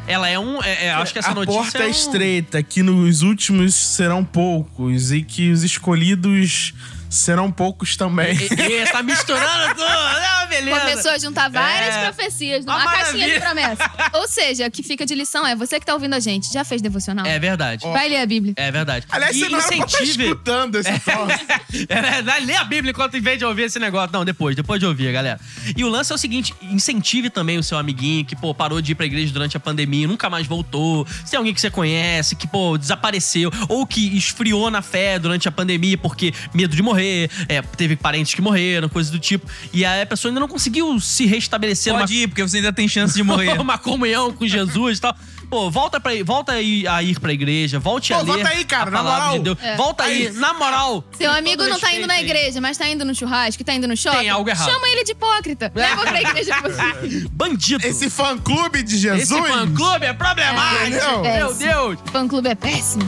[SPEAKER 1] Ela é um. é- é, acho que essa
[SPEAKER 2] a
[SPEAKER 1] notícia.
[SPEAKER 2] porta é,
[SPEAKER 1] um-
[SPEAKER 2] estreita, que nos últimos serão poucos e que os escolhidos serão poucos também.
[SPEAKER 1] E- e- tá misturando tudo. Ah, beleza.
[SPEAKER 3] Começou a juntar várias
[SPEAKER 1] É.
[SPEAKER 3] profecias numa
[SPEAKER 1] Uma
[SPEAKER 3] caixinha de
[SPEAKER 1] maravilha.
[SPEAKER 3] promessa. Ou seja, o que fica de lição é você que tá ouvindo a gente. Já fez devocional?
[SPEAKER 1] É verdade.
[SPEAKER 3] Vai ler a Bíblia.
[SPEAKER 1] É verdade.
[SPEAKER 2] Aliás, você não era pra tá
[SPEAKER 1] incentive-
[SPEAKER 2] escutando esse troço.
[SPEAKER 1] É verdade, lê a Bíblia enquanto em vez de ouvir esse negócio. Não, depois, depois de ouvir, galera. E o lance é o seguinte: incentive também o seu amiguinho que, pô, parou de ir pra igreja durante a pandemia, nunca mais voltou. Se tem alguém que você conhece, que, pô, desapareceu, ou que esfriou na fé durante a pandemia porque medo de morrer, é, teve parentes que morreram, coisa do tipo. E aí a pessoa ainda não conseguiu se restabelecer numa
[SPEAKER 4] Pode ir, porque você ainda tem chance de morrer.
[SPEAKER 1] uma comunhão com Jesus e tal. Pô, volta, pra, volta aí a ir pra igreja, volte
[SPEAKER 2] Pô,
[SPEAKER 1] a ler
[SPEAKER 2] volta aí, cara,
[SPEAKER 1] a
[SPEAKER 2] na
[SPEAKER 1] palavra
[SPEAKER 2] moral.
[SPEAKER 1] de Deus.
[SPEAKER 3] É.
[SPEAKER 1] Volta aí, na moral.
[SPEAKER 3] Seu
[SPEAKER 1] Com
[SPEAKER 3] amigo
[SPEAKER 1] todo
[SPEAKER 3] não tá
[SPEAKER 1] É, respeito
[SPEAKER 3] indo na
[SPEAKER 1] aí.
[SPEAKER 3] igreja, mas tá indo no churrasco, tá indo no shopping.
[SPEAKER 1] algo errado.
[SPEAKER 3] Chama ele de hipócrita. Leva pra igreja com você.
[SPEAKER 1] Bandido.
[SPEAKER 2] Esse fã-clube de Jesus.
[SPEAKER 1] Esse fã-clube é problemático.
[SPEAKER 2] Entendeu?
[SPEAKER 3] É
[SPEAKER 1] Meu Deus.
[SPEAKER 3] Fã clube é péssimo.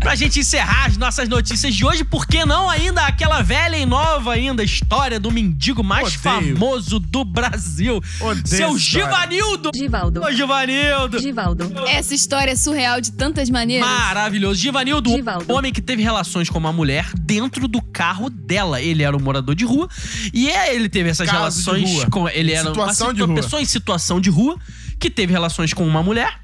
[SPEAKER 1] Pra gente encerrar as nossas notícias de hoje, por que não ainda aquela velha e nova ainda história do mendigo mais
[SPEAKER 2] Odeio.
[SPEAKER 1] famoso do Brasil.
[SPEAKER 2] Odeio
[SPEAKER 1] seu
[SPEAKER 2] essa história.
[SPEAKER 1] Givanildo.
[SPEAKER 5] Givaldo.
[SPEAKER 1] Ô, Givanildo.
[SPEAKER 5] Givaldo.
[SPEAKER 3] Essa história é surreal de tantas maneiras.
[SPEAKER 1] Maravilhoso. Givanildo,
[SPEAKER 5] Givaldo.
[SPEAKER 1] um homem que teve relações com uma mulher dentro do carro dela. Ele era um morador de rua e é, ele teve essas
[SPEAKER 2] Caso de
[SPEAKER 1] relações
[SPEAKER 2] rua.
[SPEAKER 1] com. Ele era
[SPEAKER 2] Situação
[SPEAKER 1] uma,
[SPEAKER 2] de rua.
[SPEAKER 1] pessoa em situação de rua que teve relações com uma mulher.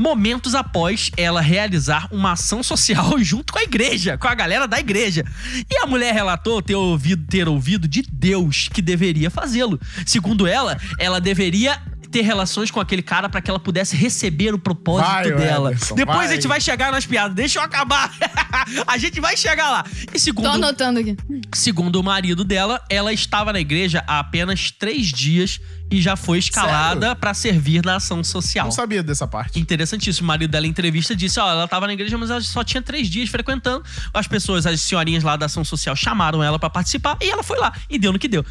[SPEAKER 1] Momentos após ela realizar uma ação social junto com a igreja, com a galera da igreja. E a mulher relatou ter ouvido, ter ouvido de Deus que deveria fazê-lo. Segundo ela, ela deveria ter relações com aquele cara para que ela pudesse receber o propósito
[SPEAKER 2] Vai,
[SPEAKER 1] dela.
[SPEAKER 2] Ederson,
[SPEAKER 1] Depois
[SPEAKER 2] vai.
[SPEAKER 1] a gente vai vai chegar nas piadas. Deixa eu acabar. a gente vai chegar lá. E
[SPEAKER 3] Tô
[SPEAKER 1] segundo,
[SPEAKER 3] anotando aqui.
[SPEAKER 1] segundo o marido dela, ela estava na igreja há apenas três dias e já foi escalada pra servir na ação social.
[SPEAKER 2] Não sabia dessa parte.
[SPEAKER 1] Interessantíssimo. O marido dela em entrevista disse: ó, ela tava na igreja, mas ela só tinha três dias frequentando. As pessoas, as senhorinhas lá da ação social, chamaram ela pra participar e ela foi lá. E deu no que deu.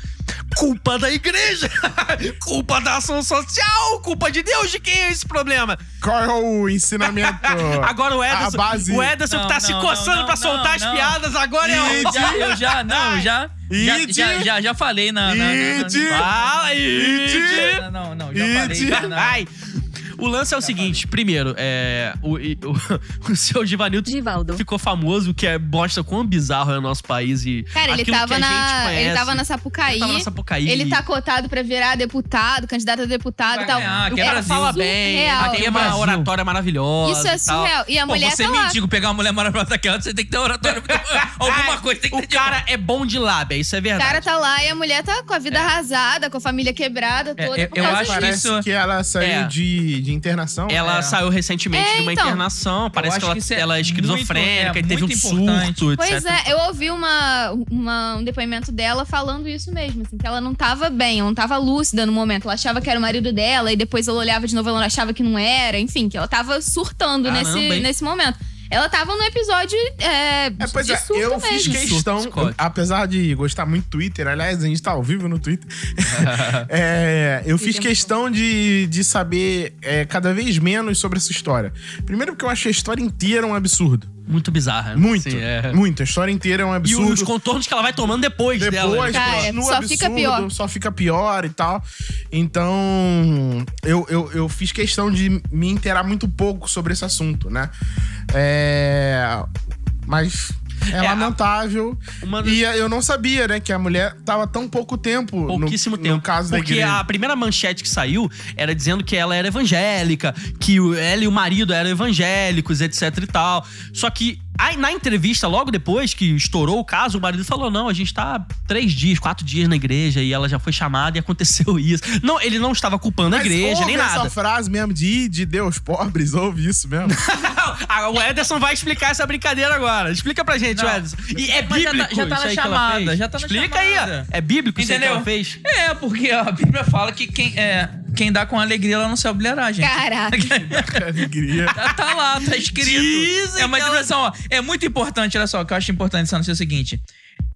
[SPEAKER 1] Culpa da igreja! culpa da ação social! Culpa de Deus! De quem é esse problema?
[SPEAKER 2] Qual é o ensinamento?
[SPEAKER 1] Agora o
[SPEAKER 2] A
[SPEAKER 1] Ederson,
[SPEAKER 2] base-
[SPEAKER 1] o Ederson que tá
[SPEAKER 4] Não,
[SPEAKER 1] se
[SPEAKER 4] não,
[SPEAKER 1] coçando
[SPEAKER 4] não,
[SPEAKER 1] pra
[SPEAKER 4] não,
[SPEAKER 1] soltar as
[SPEAKER 4] não.
[SPEAKER 1] piadas agora é
[SPEAKER 4] Eu
[SPEAKER 1] o...
[SPEAKER 4] já, eu já, não, já, já,
[SPEAKER 2] Ide.
[SPEAKER 4] já, já, já falei na... na,
[SPEAKER 2] Ide.
[SPEAKER 4] na,
[SPEAKER 1] Fala aí!
[SPEAKER 4] na, na não, não, já falei.
[SPEAKER 2] Ide.
[SPEAKER 4] na- na-
[SPEAKER 1] Ai. O lance é o seguinte, primeiro, é, o, e- o, o seu Givanildo
[SPEAKER 5] Givaldo.
[SPEAKER 1] ficou famoso, que é mostra quão bizarro é o nosso país e
[SPEAKER 3] Cara, ele
[SPEAKER 1] aquilo que
[SPEAKER 3] tava,
[SPEAKER 1] a gente
[SPEAKER 3] na, ele
[SPEAKER 1] conhece.
[SPEAKER 3] tava na Sapucaí.
[SPEAKER 1] Ele tava na Sapucaí.
[SPEAKER 3] Ele tá cotado pra virar deputado, candidato a deputado
[SPEAKER 4] Vai
[SPEAKER 3] e tal.
[SPEAKER 4] ganhar, que
[SPEAKER 1] O
[SPEAKER 4] é
[SPEAKER 1] cara
[SPEAKER 4] Brasil.
[SPEAKER 1] fala bem,
[SPEAKER 3] um Surreal.
[SPEAKER 1] tem uma
[SPEAKER 4] Brasil.
[SPEAKER 1] oratória maravilhosa
[SPEAKER 3] é Isso é
[SPEAKER 1] é e tal.
[SPEAKER 3] surreal. E a
[SPEAKER 4] Pô,
[SPEAKER 3] mulher tá
[SPEAKER 4] você é
[SPEAKER 3] lá.
[SPEAKER 4] mendigo, pegar uma mulher maravilhosa daquela, você tem que ter um oratório. alguma coisa tem que
[SPEAKER 1] O
[SPEAKER 4] ter.
[SPEAKER 1] cara é bom de lábia, isso é
[SPEAKER 3] O
[SPEAKER 1] verdade.
[SPEAKER 3] cara tá lá e a mulher tá com a vida arrasada, com a família quebrada
[SPEAKER 4] É,
[SPEAKER 3] toda.
[SPEAKER 4] eu-
[SPEAKER 3] por
[SPEAKER 4] eu
[SPEAKER 3] causa
[SPEAKER 4] acho
[SPEAKER 3] disso.
[SPEAKER 2] Parece
[SPEAKER 4] isso-
[SPEAKER 2] que ela saiu
[SPEAKER 1] É.
[SPEAKER 2] de, de internação.
[SPEAKER 1] Ela
[SPEAKER 4] É.
[SPEAKER 1] saiu recentemente
[SPEAKER 3] É,
[SPEAKER 1] de uma
[SPEAKER 3] então.
[SPEAKER 1] internação, parece
[SPEAKER 4] acho
[SPEAKER 1] que ela,
[SPEAKER 4] que isso é
[SPEAKER 1] ela é
[SPEAKER 4] muito-
[SPEAKER 1] esquizofrênica
[SPEAKER 4] é,
[SPEAKER 1] e teve um
[SPEAKER 4] muito importante.
[SPEAKER 1] surto, etc.
[SPEAKER 3] Pois é, eu ouvi uma, uma- um depoimento dela falando isso mesmo, assim, que ela não tava bem, ela não tava lúcida no momento. Ela achava que era o marido dela, e depois ela olhava de novo, ela achava que não era, enfim, que ela tava surtando
[SPEAKER 1] Caramba,
[SPEAKER 3] nesse,
[SPEAKER 1] hein?
[SPEAKER 3] nesse momento. Ela tava no episódio é,
[SPEAKER 2] É, pois
[SPEAKER 3] de
[SPEAKER 2] é,
[SPEAKER 3] surto
[SPEAKER 2] eu
[SPEAKER 3] mesmo.
[SPEAKER 2] fiz questão,
[SPEAKER 1] Scott.
[SPEAKER 2] apesar de gostar muito do Twitter, aliás, a gente tá ao vivo no Twitter. é, eu fiz
[SPEAKER 3] Twitter é
[SPEAKER 2] questão de, de saber é, cada vez menos sobre essa história. Primeiro porque eu achei a história inteira um absurdo.
[SPEAKER 1] Muito bizarra. né?
[SPEAKER 2] Muito,
[SPEAKER 1] Assim, é.
[SPEAKER 2] muito. A história inteira é um
[SPEAKER 1] E
[SPEAKER 2] absurdo.
[SPEAKER 1] os contornos que ela vai tomando depois, dela.
[SPEAKER 2] Depois,
[SPEAKER 1] né?
[SPEAKER 3] Cara,
[SPEAKER 2] continua
[SPEAKER 3] só fica pior.
[SPEAKER 2] Só fica pior e tal. Então, eu, eu, eu fiz questão de me inteirar muito pouco sobre esse assunto, né? É... Mas é,
[SPEAKER 1] É, a-
[SPEAKER 2] lamentável.
[SPEAKER 1] Uma das-
[SPEAKER 2] E eu não sabia, né, que a mulher tava tão pouco tempo Tipo, no-
[SPEAKER 1] Pouquíssimo
[SPEAKER 2] no,
[SPEAKER 1] tempo.
[SPEAKER 2] caso da
[SPEAKER 1] Porque
[SPEAKER 2] igreja.
[SPEAKER 1] a primeira manchete que saiu era dizendo que ela era evangélica, que o- ela e o marido eram evangélicos, etc e tal. Só que Aí, na entrevista, logo depois que estourou o caso, o marido falou: não, a gente tá três dias, quatro dias na igreja e ela já foi chamada e aconteceu isso. Não, ele não estava culpando a
[SPEAKER 2] Mas
[SPEAKER 1] igreja,
[SPEAKER 2] ouve
[SPEAKER 1] nem
[SPEAKER 2] essa
[SPEAKER 1] nada.
[SPEAKER 2] frase mesmo de ir de Deus pobres, ouve isso mesmo.
[SPEAKER 1] Ah, o Ederson vai explicar essa brincadeira agora. Explica pra gente,
[SPEAKER 4] Não.
[SPEAKER 1] Ederson. E é
[SPEAKER 4] Mas já tá-
[SPEAKER 1] bíblico.
[SPEAKER 4] já
[SPEAKER 1] isso
[SPEAKER 4] tá na
[SPEAKER 1] aí que ela
[SPEAKER 4] chamada,
[SPEAKER 1] fez?
[SPEAKER 4] já tá na
[SPEAKER 1] Explica aí, ó.
[SPEAKER 4] chamada.
[SPEAKER 1] É bíblico isso aí que
[SPEAKER 4] Entendeu?
[SPEAKER 1] ela fez?
[SPEAKER 4] É, porque a Bíblia fala que quem, é, quem dá com alegria lá no céu brilhará, gente.
[SPEAKER 3] Caraca.
[SPEAKER 2] Alegria.
[SPEAKER 4] Tá, tá lá, tá escrito.
[SPEAKER 1] Dizem
[SPEAKER 4] é uma
[SPEAKER 1] que ela-
[SPEAKER 4] dimensão, ó. É muito importante, olha só, o que eu acho importante Sandro, é o seguinte.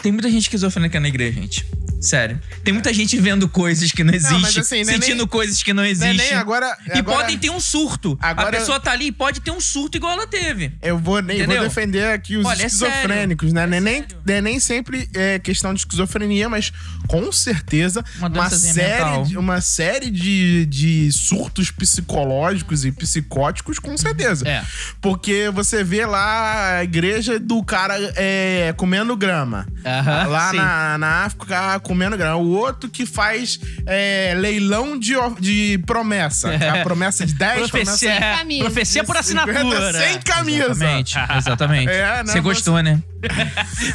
[SPEAKER 4] Tem muita gente esquizofrênica na igreja, gente. Sério. Tem muita gente vendo coisas que não
[SPEAKER 2] mas
[SPEAKER 4] existem,
[SPEAKER 2] assim, não é
[SPEAKER 4] sentindo
[SPEAKER 2] nem-
[SPEAKER 4] coisas que não
[SPEAKER 2] Não é
[SPEAKER 4] existem.
[SPEAKER 2] nem agora.
[SPEAKER 4] E
[SPEAKER 2] agora
[SPEAKER 4] podem ter um surto.
[SPEAKER 2] Agora-
[SPEAKER 4] A pessoa tá ali e pode ter um surto igual ela teve.
[SPEAKER 2] Eu vou, nem, vou
[SPEAKER 4] Entendeu?
[SPEAKER 2] defender aqui os
[SPEAKER 4] Olha, é
[SPEAKER 2] esquizofrênicos, né? Não É nem, não é nem sempre é questão de esquizofrenia, mas com certeza
[SPEAKER 4] Uma
[SPEAKER 2] uma,
[SPEAKER 4] doençazinha mental.
[SPEAKER 2] série, de, uma série de, de surtos psicológicos e psicóticos, com certeza.
[SPEAKER 1] É.
[SPEAKER 2] Porque você vê lá a igreja do cara é, comendo grama.
[SPEAKER 1] Aham,
[SPEAKER 2] lá
[SPEAKER 1] Ah, sim.
[SPEAKER 2] na, na África comendo grama. O outro que faz é, leilão de, of- de promessa. A promessa de 10, promessa
[SPEAKER 1] Profecia,
[SPEAKER 3] sem
[SPEAKER 1] é,
[SPEAKER 3] camisa.
[SPEAKER 1] profecia por
[SPEAKER 2] 50
[SPEAKER 1] assinatura.
[SPEAKER 2] sem camisa.
[SPEAKER 4] Exatamente, exatamente.
[SPEAKER 2] É, não,
[SPEAKER 4] Você gostou, né?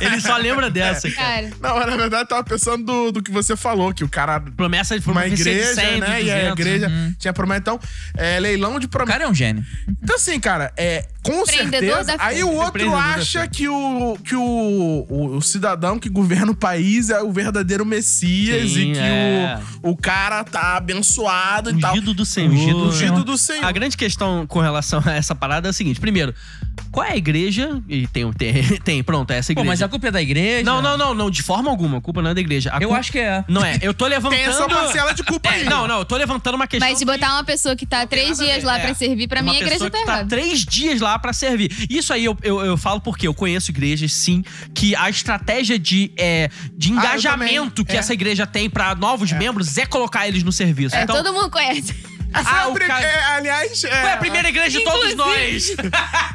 [SPEAKER 1] Ele só
[SPEAKER 2] É.
[SPEAKER 1] lembra dessa, cara.
[SPEAKER 3] Cara.
[SPEAKER 2] Não, na verdade, eu tava pensando do, do que você falou, que o cara.
[SPEAKER 1] Promessa de
[SPEAKER 2] Uma
[SPEAKER 1] promessa
[SPEAKER 2] igreja,
[SPEAKER 1] de uhum. 100,
[SPEAKER 2] né?
[SPEAKER 1] de
[SPEAKER 2] E a
[SPEAKER 1] 200.
[SPEAKER 2] igreja tinha promessa. Então, é, leilão de
[SPEAKER 4] O
[SPEAKER 2] promessa.
[SPEAKER 4] cara é um gênio.
[SPEAKER 2] Então, assim, cara, é, com
[SPEAKER 3] Empreendedor da
[SPEAKER 2] certeza.
[SPEAKER 3] fé.
[SPEAKER 2] Aí o outro
[SPEAKER 1] Empreendedor da
[SPEAKER 2] acha
[SPEAKER 1] fé.
[SPEAKER 2] que, o, que o, o, o cidadão que governa o país é o verdadeiro Messias
[SPEAKER 1] Sim,
[SPEAKER 2] e que
[SPEAKER 1] é.
[SPEAKER 2] o, o cara tá abençoado e tal.
[SPEAKER 1] Ungido do Senhor.
[SPEAKER 2] Ungido do Senhor.
[SPEAKER 1] A grande questão com relação a essa parada é a seguinte. Primeiro, qual é a igreja? E tem, um, tem, tem pronto, é essa
[SPEAKER 4] Pô,
[SPEAKER 1] igreja.
[SPEAKER 4] mas a culpa é da igreja?
[SPEAKER 1] Não, não, não, não, de forma alguma. A culpa não é da igreja. A
[SPEAKER 4] Eu
[SPEAKER 1] culpa-
[SPEAKER 4] acho que é.
[SPEAKER 1] Não é, eu tô levantando...
[SPEAKER 2] Tem essa parcela de culpa
[SPEAKER 1] É,
[SPEAKER 2] aí.
[SPEAKER 1] não, não, eu tô levantando uma questão...
[SPEAKER 3] Mas se botar uma pessoa que tá três dias lá
[SPEAKER 1] É.
[SPEAKER 3] pra servir, pra
[SPEAKER 1] Uma
[SPEAKER 3] mim a igreja
[SPEAKER 1] pessoa
[SPEAKER 3] tá
[SPEAKER 1] que tá
[SPEAKER 3] errada.
[SPEAKER 1] três dias lá pra servir. Isso aí eu, eu, eu falo porque eu conheço igrejas, sim, que a estratégia de, é, de
[SPEAKER 2] Ah, eu
[SPEAKER 1] engajamento que
[SPEAKER 2] também. É.
[SPEAKER 1] essa igreja tem pra novos membros é colocar eles no serviço.
[SPEAKER 3] É,
[SPEAKER 1] então,
[SPEAKER 3] todo mundo conhece.
[SPEAKER 2] Foi a
[SPEAKER 1] Ah, o
[SPEAKER 2] prim-
[SPEAKER 1] cara-
[SPEAKER 2] é, aliás, é,
[SPEAKER 1] Foi a primeira igreja de todos nós. Em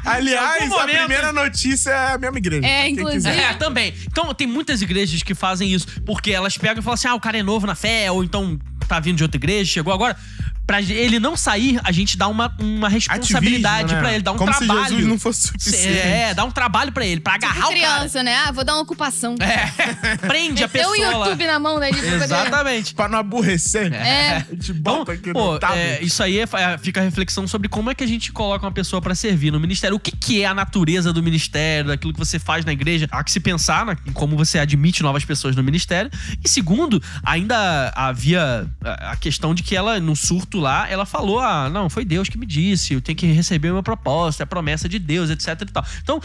[SPEAKER 2] aliás,
[SPEAKER 1] algum
[SPEAKER 2] a
[SPEAKER 1] momento-
[SPEAKER 2] primeira notícia é a mesma igreja.
[SPEAKER 3] É,
[SPEAKER 2] Quem
[SPEAKER 3] inclusive.
[SPEAKER 2] quiser.
[SPEAKER 1] É, também. Então, tem muitas igrejas que fazem isso, porque elas pegam e falam assim: ah, o cara é novo na fé, ou então tá vindo de outra igreja, chegou agora. Pra ele não sair, a gente dá uma, uma responsabilidade
[SPEAKER 2] Ativismo, né?
[SPEAKER 1] pra ele, dá um
[SPEAKER 2] Como
[SPEAKER 1] trabalho.
[SPEAKER 2] se Jesus não fosse suficiente.
[SPEAKER 1] É, dá um trabalho pra ele, pra agarrar o cara.
[SPEAKER 3] Tipo Criança, né? Ah, vou dar uma ocupação.
[SPEAKER 1] É, prende a
[SPEAKER 3] Meteu
[SPEAKER 1] pessoa
[SPEAKER 3] o YouTube
[SPEAKER 1] lá.
[SPEAKER 3] na mão daí pra poder-
[SPEAKER 1] Exatamente.
[SPEAKER 2] Pra não aborrecer.
[SPEAKER 3] É.
[SPEAKER 2] A gente
[SPEAKER 1] Então,
[SPEAKER 2] bota Tá, aqui
[SPEAKER 1] pô,
[SPEAKER 2] no tablet.
[SPEAKER 1] é, isso aí é- é- fica a reflexão sobre como é que a gente coloca uma pessoa pra servir no ministério. O que, que é a natureza do ministério, daquilo que você faz na igreja. Há que se pensar na- em como você admite novas pessoas no ministério. E segundo, ainda havia a a questão de que ela, no surto lá, ela falou: ah, não, foi Deus que me disse, eu tenho que receber o meu propósito, é a promessa de Deus, etc e tal. Então,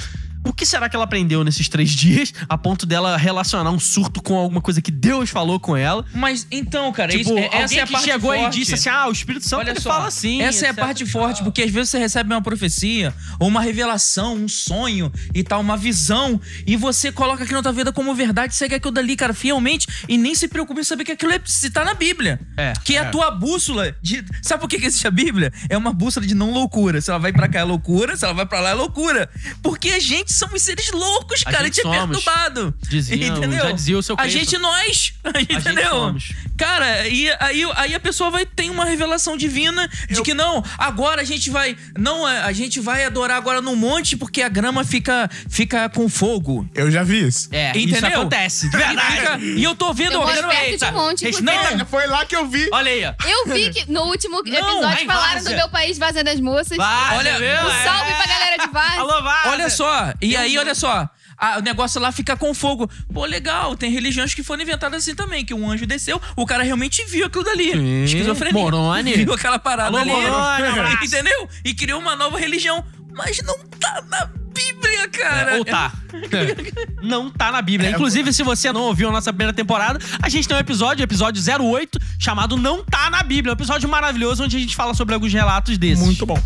[SPEAKER 1] o que será que ela aprendeu nesses três dias a ponto dela relacionar um surto com alguma coisa que Deus falou com ela?
[SPEAKER 4] Mas então, cara,
[SPEAKER 1] Tipo,
[SPEAKER 4] isso, é-
[SPEAKER 1] alguém
[SPEAKER 4] essa é a
[SPEAKER 1] que
[SPEAKER 4] parte
[SPEAKER 1] chegou
[SPEAKER 4] forte.
[SPEAKER 1] e disse assim, ah, o Espírito Santo
[SPEAKER 4] Olha
[SPEAKER 1] ele
[SPEAKER 4] só,
[SPEAKER 1] fala assim.
[SPEAKER 4] Essa é a
[SPEAKER 1] etc.
[SPEAKER 4] parte forte, porque às vezes você recebe uma profecia, ou uma revelação, um sonho e tal, uma visão, e você coloca aquilo na tua vida como verdade, segue aquilo dali, cara, fielmente, e nem se preocupa em saber que aquilo é, se tá na Bíblia.
[SPEAKER 1] É,
[SPEAKER 4] Que é a tua bússola de. Sabe por que, que existe a Bíblia? É uma bússola de não loucura. Se ela vai pra cá é loucura, se ela vai pra lá é loucura. Porque a gente somos seres loucos, cara. A
[SPEAKER 1] gente
[SPEAKER 4] gente, é
[SPEAKER 1] somos.
[SPEAKER 4] perturbado.
[SPEAKER 1] Dizia,
[SPEAKER 4] entendeu?
[SPEAKER 1] já dizia o seu
[SPEAKER 4] A
[SPEAKER 1] Cleiton.
[SPEAKER 4] gente é nós. Entendeu?
[SPEAKER 1] somos.
[SPEAKER 4] Cara, e aí, aí a pessoa vai ter uma revelação divina de que não, agora a gente vai. Não, é, a gente vai adorar agora no monte porque a grama fica, fica com fogo.
[SPEAKER 2] Eu já vi isso.
[SPEAKER 1] É, isso
[SPEAKER 4] Entendeu?
[SPEAKER 1] acontece. De
[SPEAKER 4] E, fica-
[SPEAKER 1] verdade.
[SPEAKER 4] e eu tô vendo.
[SPEAKER 3] Eu moro
[SPEAKER 4] quero-
[SPEAKER 3] perto de um monte,
[SPEAKER 1] Respeita-
[SPEAKER 3] inclusive.
[SPEAKER 2] Foi lá que eu vi.
[SPEAKER 1] Olha aí, ó.
[SPEAKER 3] Eu vi que no último
[SPEAKER 1] vai
[SPEAKER 3] episódio
[SPEAKER 1] em
[SPEAKER 3] falaram
[SPEAKER 1] Várzea.
[SPEAKER 3] do meu país Vazia das Moças.
[SPEAKER 1] Vai,
[SPEAKER 4] Olha,
[SPEAKER 1] viu?
[SPEAKER 3] Um
[SPEAKER 1] É.
[SPEAKER 3] salve pra galera de Vaz.
[SPEAKER 1] Alô, Vaza.
[SPEAKER 4] Olha só, e
[SPEAKER 1] um
[SPEAKER 4] aí, olha só. a- o negócio lá fica com fogo. Pô, legal, tem religiões que foram inventadas assim também, que um anjo desceu, o cara realmente viu aquilo dali.
[SPEAKER 1] Sim.
[SPEAKER 4] Esquizofrenia.
[SPEAKER 1] Moroni.
[SPEAKER 4] Viu aquela parada
[SPEAKER 1] Alô,
[SPEAKER 4] ali.
[SPEAKER 1] Moroni, abraço.
[SPEAKER 4] entendeu? E criou uma nova religião. Mas não tá na Bíblia, cara.
[SPEAKER 1] Ou tá. Não tá na Bíblia. Inclusive, se você não ouviu a nossa primeira temporada, a gente tem um episódio, episódio 08, chamado Não Tá na Bíblia. Um episódio maravilhoso onde a gente fala sobre alguns relatos desses.
[SPEAKER 2] Muito bom.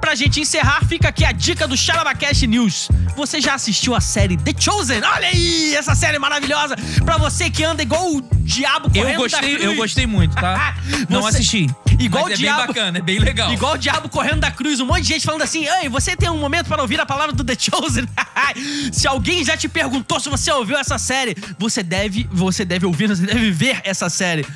[SPEAKER 1] Pra gente encerrar, fica aqui a dica do Charabacast News. Você já assistiu a série The Chosen? Olha aí, essa série maravilhosa pra você que anda igual o diabo correndo
[SPEAKER 4] Eu
[SPEAKER 1] da
[SPEAKER 4] gostei,
[SPEAKER 1] cruz.
[SPEAKER 4] eu gostei muito, tá?
[SPEAKER 1] Ah,
[SPEAKER 4] Não
[SPEAKER 1] você-
[SPEAKER 4] assisti.
[SPEAKER 1] Igual
[SPEAKER 4] Mas
[SPEAKER 1] o
[SPEAKER 4] é
[SPEAKER 1] diabo.
[SPEAKER 4] bem bacana, é bem legal.
[SPEAKER 1] Igual o diabo correndo da cruz, um monte de gente falando assim: Ei, você tem um momento para ouvir a palavra do The Chosen? se alguém já te perguntou se você ouviu essa série, você deve, você deve ouvir, você deve ver essa série.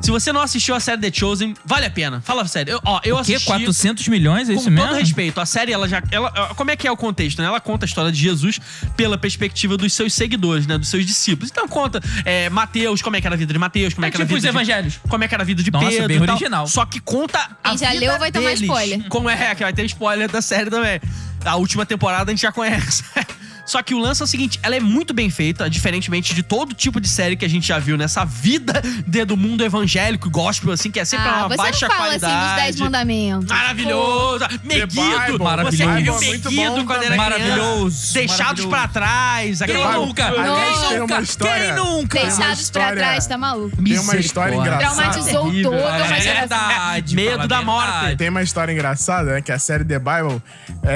[SPEAKER 1] Se você não assistiu a série The Chosen, vale a pena. Fala sério. Eu, ó, eu
[SPEAKER 4] O quê?
[SPEAKER 1] assisti.
[SPEAKER 4] 400 milhões? É
[SPEAKER 1] Com
[SPEAKER 4] isso
[SPEAKER 1] todo
[SPEAKER 4] mesmo?
[SPEAKER 1] respeito, a série, ela já. Ela, ó, como é que é o contexto, né? Ela conta a história de Jesus pela perspectiva dos seus seguidores, né? Dos seus discípulos. Então conta é, Mateus, como é que era a vida de Mateus, como é,
[SPEAKER 4] É
[SPEAKER 1] que era a
[SPEAKER 4] tipo
[SPEAKER 1] vida
[SPEAKER 4] os
[SPEAKER 1] de-
[SPEAKER 4] evangelhos.
[SPEAKER 1] Como é que era a vida de
[SPEAKER 4] Nossa,
[SPEAKER 1] Pedro.
[SPEAKER 4] bem
[SPEAKER 1] e tal.
[SPEAKER 4] original.
[SPEAKER 1] Só que conta a
[SPEAKER 3] Quem já
[SPEAKER 1] vida
[SPEAKER 3] leu vai tomar
[SPEAKER 1] deles.
[SPEAKER 3] spoiler.
[SPEAKER 1] Como é, que vai ter spoiler da série também. A última temporada a gente já conhece. Só que o lance é o seguinte, ela é muito bem feita, diferentemente de todo tipo de série que a gente já viu nessa vida de- do mundo evangélico, gospel, assim, que é sempre
[SPEAKER 3] ah,
[SPEAKER 1] uma
[SPEAKER 3] você
[SPEAKER 1] baixa
[SPEAKER 3] não fala assim dos
[SPEAKER 1] qualidade.
[SPEAKER 3] 10 mandamentos.
[SPEAKER 1] Maravilhoso!
[SPEAKER 2] Bible,
[SPEAKER 1] Meguido! Você
[SPEAKER 4] maravilhoso.
[SPEAKER 1] viu
[SPEAKER 2] Muito
[SPEAKER 1] Meguido
[SPEAKER 2] bom
[SPEAKER 1] quando era
[SPEAKER 4] Maravilhoso,
[SPEAKER 1] criança? Deixados
[SPEAKER 4] maravilhoso.
[SPEAKER 1] pra trás.
[SPEAKER 4] Quem
[SPEAKER 1] aquela-
[SPEAKER 2] Bible.
[SPEAKER 4] nunca?
[SPEAKER 2] Aliás,
[SPEAKER 4] Quem
[SPEAKER 2] tem uma
[SPEAKER 4] nunca?
[SPEAKER 2] história-
[SPEAKER 4] Quem nunca?
[SPEAKER 3] Deixados pra
[SPEAKER 2] história-
[SPEAKER 3] trás, tá maluco.
[SPEAKER 2] Tem uma história
[SPEAKER 4] Misericórdia.
[SPEAKER 2] engraçada.
[SPEAKER 3] Traumatizou
[SPEAKER 1] terrível.
[SPEAKER 3] toda
[SPEAKER 1] É
[SPEAKER 3] uma geração.
[SPEAKER 4] verdade.
[SPEAKER 1] Medo
[SPEAKER 4] fala
[SPEAKER 1] da
[SPEAKER 4] a
[SPEAKER 1] morte.
[SPEAKER 4] verdade.
[SPEAKER 2] Tem uma história engraçada, né? Que a série The Bible,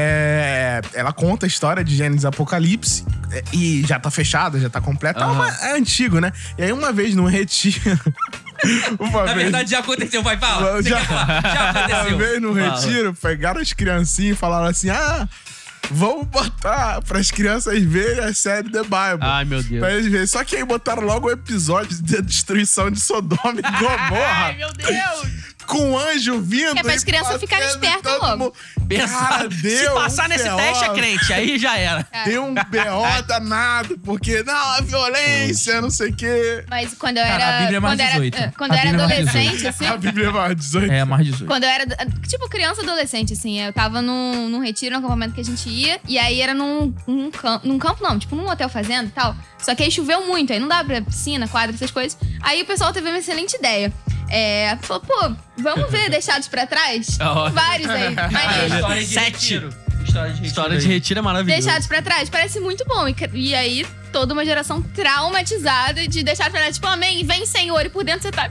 [SPEAKER 2] é, ela conta a história de Gênesis e Apocalipse. é, E já tá fechada, já tá completa. É uma- É antigo, né? E aí, uma vez num retiro. uma
[SPEAKER 4] Na
[SPEAKER 2] vez-
[SPEAKER 4] verdade, já aconteceu. Vai, fala. Você
[SPEAKER 2] Já-
[SPEAKER 4] quer falar? Já
[SPEAKER 2] Uma
[SPEAKER 4] aconteceu.
[SPEAKER 2] vez no retiro, pegaram as criancinhas e falaram assim: ah, vamos botar pras crianças verem a série The Bible.
[SPEAKER 1] Ai, meu Deus.
[SPEAKER 2] Pra eles verem. Só que aí botaram logo o episódio de destruição de Sodoma e Gomorra.
[SPEAKER 1] Ai, meu Deus!
[SPEAKER 2] com um anjo vindo.
[SPEAKER 3] Que é pras
[SPEAKER 2] e
[SPEAKER 3] crianças ficarem
[SPEAKER 2] batendo
[SPEAKER 3] espertas
[SPEAKER 2] todo
[SPEAKER 3] logo.
[SPEAKER 2] mundo. Cara,
[SPEAKER 1] Pensa,
[SPEAKER 2] deu
[SPEAKER 1] se passar
[SPEAKER 2] um
[SPEAKER 1] nesse
[SPEAKER 2] B.O.,
[SPEAKER 1] teste é crente, aí já era.
[SPEAKER 2] Deu um B.O. danado, porque não, a violência, não sei o quê.
[SPEAKER 3] Mas quando eu
[SPEAKER 4] Cara,
[SPEAKER 3] era.
[SPEAKER 4] a Bíblia é mais
[SPEAKER 3] quando eu era-
[SPEAKER 4] 18.
[SPEAKER 3] quando eu
[SPEAKER 4] A
[SPEAKER 3] era
[SPEAKER 4] Bíblia é mais
[SPEAKER 3] adolescente, assim.
[SPEAKER 2] A Bíblia vai 18.
[SPEAKER 4] É, mais 18.
[SPEAKER 3] Quando eu era, tipo, criança adolescente, assim, eu tava num, num retiro, num acampamento que a gente ia, e aí era num, num, cam- num campo, não, tipo, num hotel fazenda e tal. Só que aí choveu muito, aí não dá pra piscina, quadra, essas coisas. Aí o pessoal teve uma excelente ideia. É, falou, pô, vamos ver deixados pra trás?
[SPEAKER 1] Ó.
[SPEAKER 3] Vários aí,
[SPEAKER 4] É, Ah, tá
[SPEAKER 3] maneiros.
[SPEAKER 1] História de Sete. retiro.
[SPEAKER 4] História de
[SPEAKER 1] História de retiro é maravilhosa.
[SPEAKER 3] Deixados pra trás parece muito bom. E, ca- e aí, toda uma geração traumatizada de deixados pra trás, tipo, amém, vem senhor, e por dentro você tá.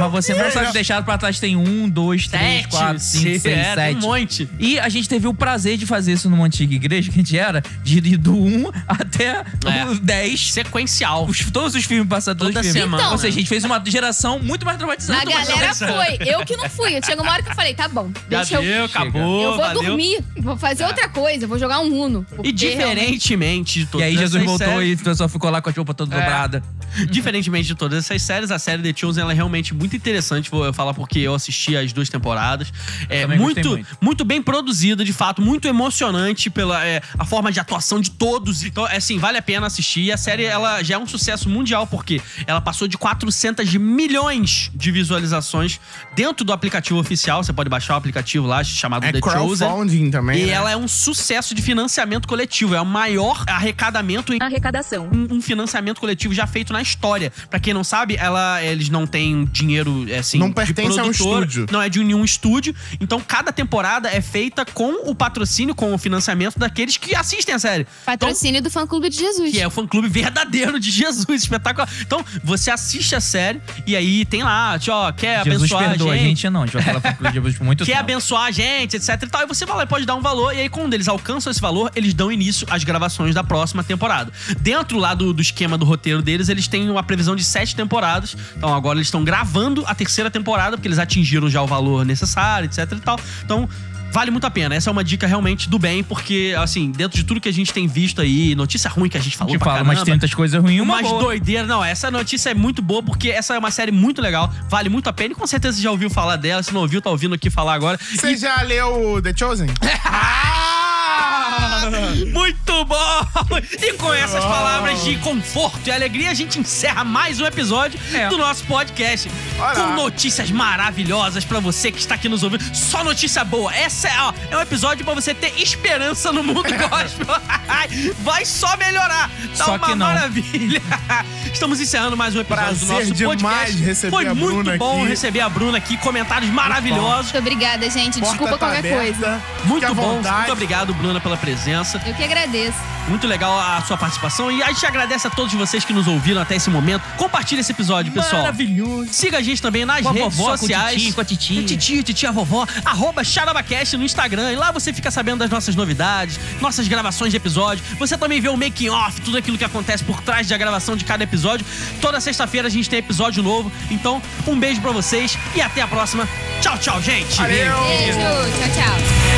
[SPEAKER 4] Mas você não sabe deixar pra trás. Tem um, dois, três,
[SPEAKER 1] Sete,
[SPEAKER 4] quatro, cinco,
[SPEAKER 1] sim,
[SPEAKER 4] seis,
[SPEAKER 1] é, tem um
[SPEAKER 4] sete.
[SPEAKER 1] monte.
[SPEAKER 4] E a gente teve o prazer de fazer isso numa antiga igreja que a gente era, de ir do 1 até
[SPEAKER 1] É.
[SPEAKER 4] o 10.
[SPEAKER 1] Sequencial.
[SPEAKER 4] Os- todos os filmes passados, todos
[SPEAKER 1] Toda
[SPEAKER 4] os filmes.
[SPEAKER 1] semana.
[SPEAKER 4] Ou seja, a gente fez uma geração muito mais traumatizada.
[SPEAKER 3] A
[SPEAKER 4] Muito mais
[SPEAKER 3] galera
[SPEAKER 4] traumatizada.
[SPEAKER 3] foi. Eu que não fui. Eu chegou uma hora que eu falei, tá bom,
[SPEAKER 1] Já
[SPEAKER 3] deixa eu
[SPEAKER 1] deu, acabou,
[SPEAKER 3] Eu vou
[SPEAKER 1] valeu. Tá.
[SPEAKER 3] dormir, vou fazer outra coisa, vou jogar um Uno. porque
[SPEAKER 1] E diferentemente de
[SPEAKER 4] E
[SPEAKER 1] todas
[SPEAKER 4] aí Jesus
[SPEAKER 1] essas
[SPEAKER 4] voltou
[SPEAKER 1] séries-
[SPEAKER 4] e o pessoal ficou lá com a roupa toda
[SPEAKER 1] É.
[SPEAKER 4] dobrada.
[SPEAKER 1] Diferentemente de todas essas séries, a série The Chosen ela é realmente muito interessante. Vou falar porque eu assisti as duas temporadas. É
[SPEAKER 4] também gostei
[SPEAKER 1] muito, muito.
[SPEAKER 4] muito.
[SPEAKER 1] bem produzida, de fato, muito emocionante pela é, a forma de atuação de todos. Então, é, assim, vale a pena assistir. E a série ela já é um sucesso mundial porque ela passou de 400 milhões de visualizações dentro do aplicativo oficial. Você pode baixar o aplicativo lá chamado
[SPEAKER 2] É
[SPEAKER 1] The Chosen.
[SPEAKER 2] crowdfunding também.
[SPEAKER 1] E
[SPEAKER 2] né?
[SPEAKER 1] ela é um sucesso de financiamento coletivo. É o maior arrecadamento em
[SPEAKER 5] Arrecadação.
[SPEAKER 1] um, um financiamento coletivo já feito na história. Pra quem não sabe, ela, eles não têm dinheiro é, assim.
[SPEAKER 2] Não
[SPEAKER 1] de
[SPEAKER 2] pertence a um
[SPEAKER 1] produtor,
[SPEAKER 2] estúdio.
[SPEAKER 1] Não é de nenhum estúdio. Então cada temporada é feita com o patrocínio, com o financiamento daqueles que assistem a série. Então,
[SPEAKER 3] Patrocínio do fã clube de Jesus.
[SPEAKER 1] Que é o fã clube verdadeiro de Jesus, espetacular. Então, você assiste a série e aí tem lá, tipo, ó, quer
[SPEAKER 4] Jesus
[SPEAKER 1] abençoar
[SPEAKER 4] perdoa
[SPEAKER 1] a gente,
[SPEAKER 4] não. A gente vai falar com o Jesus por muito
[SPEAKER 1] quer
[SPEAKER 4] tempo.
[SPEAKER 1] abençoar a gente, etc e tal. E você vai lá e pode dar um valor. E aí, quando eles alcançam esse valor, eles dão início às gravações da próxima temporada. Dentro lá do, do esquema do roteiro deles, eles têm uma previsão de sete temporadas. Então, agora eles estão gravando a terceira temporada, porque eles atingiram já o valor necessário, etc e tal. Então... Vale muito a pena. Essa é uma dica realmente do bem, porque, assim, dentro de tudo que a gente tem visto aí, notícia ruim que a gente
[SPEAKER 4] A
[SPEAKER 1] falou
[SPEAKER 4] gente
[SPEAKER 1] pra
[SPEAKER 4] fala
[SPEAKER 1] caramba,
[SPEAKER 4] umas 30 coisas ruins, uma
[SPEAKER 1] mas
[SPEAKER 4] boa.
[SPEAKER 1] doideira, não. Essa notícia é muito boa porque essa é uma série muito legal, vale muito a pena e com certeza você já ouviu falar dela. Se não ouviu, tá ouvindo aqui falar agora.
[SPEAKER 2] Você já leu The Chosen?
[SPEAKER 1] Ah! Muito bom! E com
[SPEAKER 2] Ah.
[SPEAKER 1] essas palavras de conforto e alegria, a gente encerra mais um episódio
[SPEAKER 4] É.
[SPEAKER 1] do nosso podcast.
[SPEAKER 2] Olha
[SPEAKER 1] Com
[SPEAKER 2] lá.
[SPEAKER 1] notícias maravilhosas pra você que está aqui nos ouvindo. Só notícia boa. Essa é, ó, é um episódio pra você ter esperança no mundo gospel. Vai só melhorar. Tá
[SPEAKER 4] Só
[SPEAKER 1] uma
[SPEAKER 4] que não.
[SPEAKER 1] maravilha. Estamos encerrando mais um episódio do
[SPEAKER 2] Prazer
[SPEAKER 1] nosso
[SPEAKER 2] demais
[SPEAKER 1] podcast.
[SPEAKER 2] receber
[SPEAKER 1] Foi
[SPEAKER 2] a
[SPEAKER 1] muito
[SPEAKER 2] Bruna
[SPEAKER 1] bom
[SPEAKER 2] aqui.
[SPEAKER 1] receber a Bruna aqui. Comentários maravilhosos.
[SPEAKER 3] Muito obrigada, gente.
[SPEAKER 2] Porta
[SPEAKER 3] Desculpa
[SPEAKER 2] tá
[SPEAKER 3] qualquer
[SPEAKER 2] aberta,
[SPEAKER 3] coisa.
[SPEAKER 2] fique
[SPEAKER 1] Muito
[SPEAKER 2] à
[SPEAKER 1] bom,
[SPEAKER 2] vontade.
[SPEAKER 1] muito obrigado, Bruna, pela presença.
[SPEAKER 3] Eu que agradeço.
[SPEAKER 1] Muito legal a sua participação e a gente agradece a todos vocês que nos ouviram até esse momento. Compartilha esse episódio, pessoal.
[SPEAKER 4] Maravilhoso.
[SPEAKER 1] Siga a gente também nas
[SPEAKER 4] Com a
[SPEAKER 1] redes
[SPEAKER 4] vovó, com o
[SPEAKER 1] sociais.
[SPEAKER 4] titio, com a titia.
[SPEAKER 1] Com titio, titia, vovó. Arroba Charabacast no Instagram. E lá você fica sabendo das nossas novidades, nossas gravações de episódio. Você também vê o making off, tudo aquilo que acontece por trás da gravação de cada episódio. Toda sexta-feira a gente tem episódio novo. Então, um beijo pra vocês e até a próxima. Tchau, tchau, gente.
[SPEAKER 2] Valeu!
[SPEAKER 3] Beijo, tchau, tchau.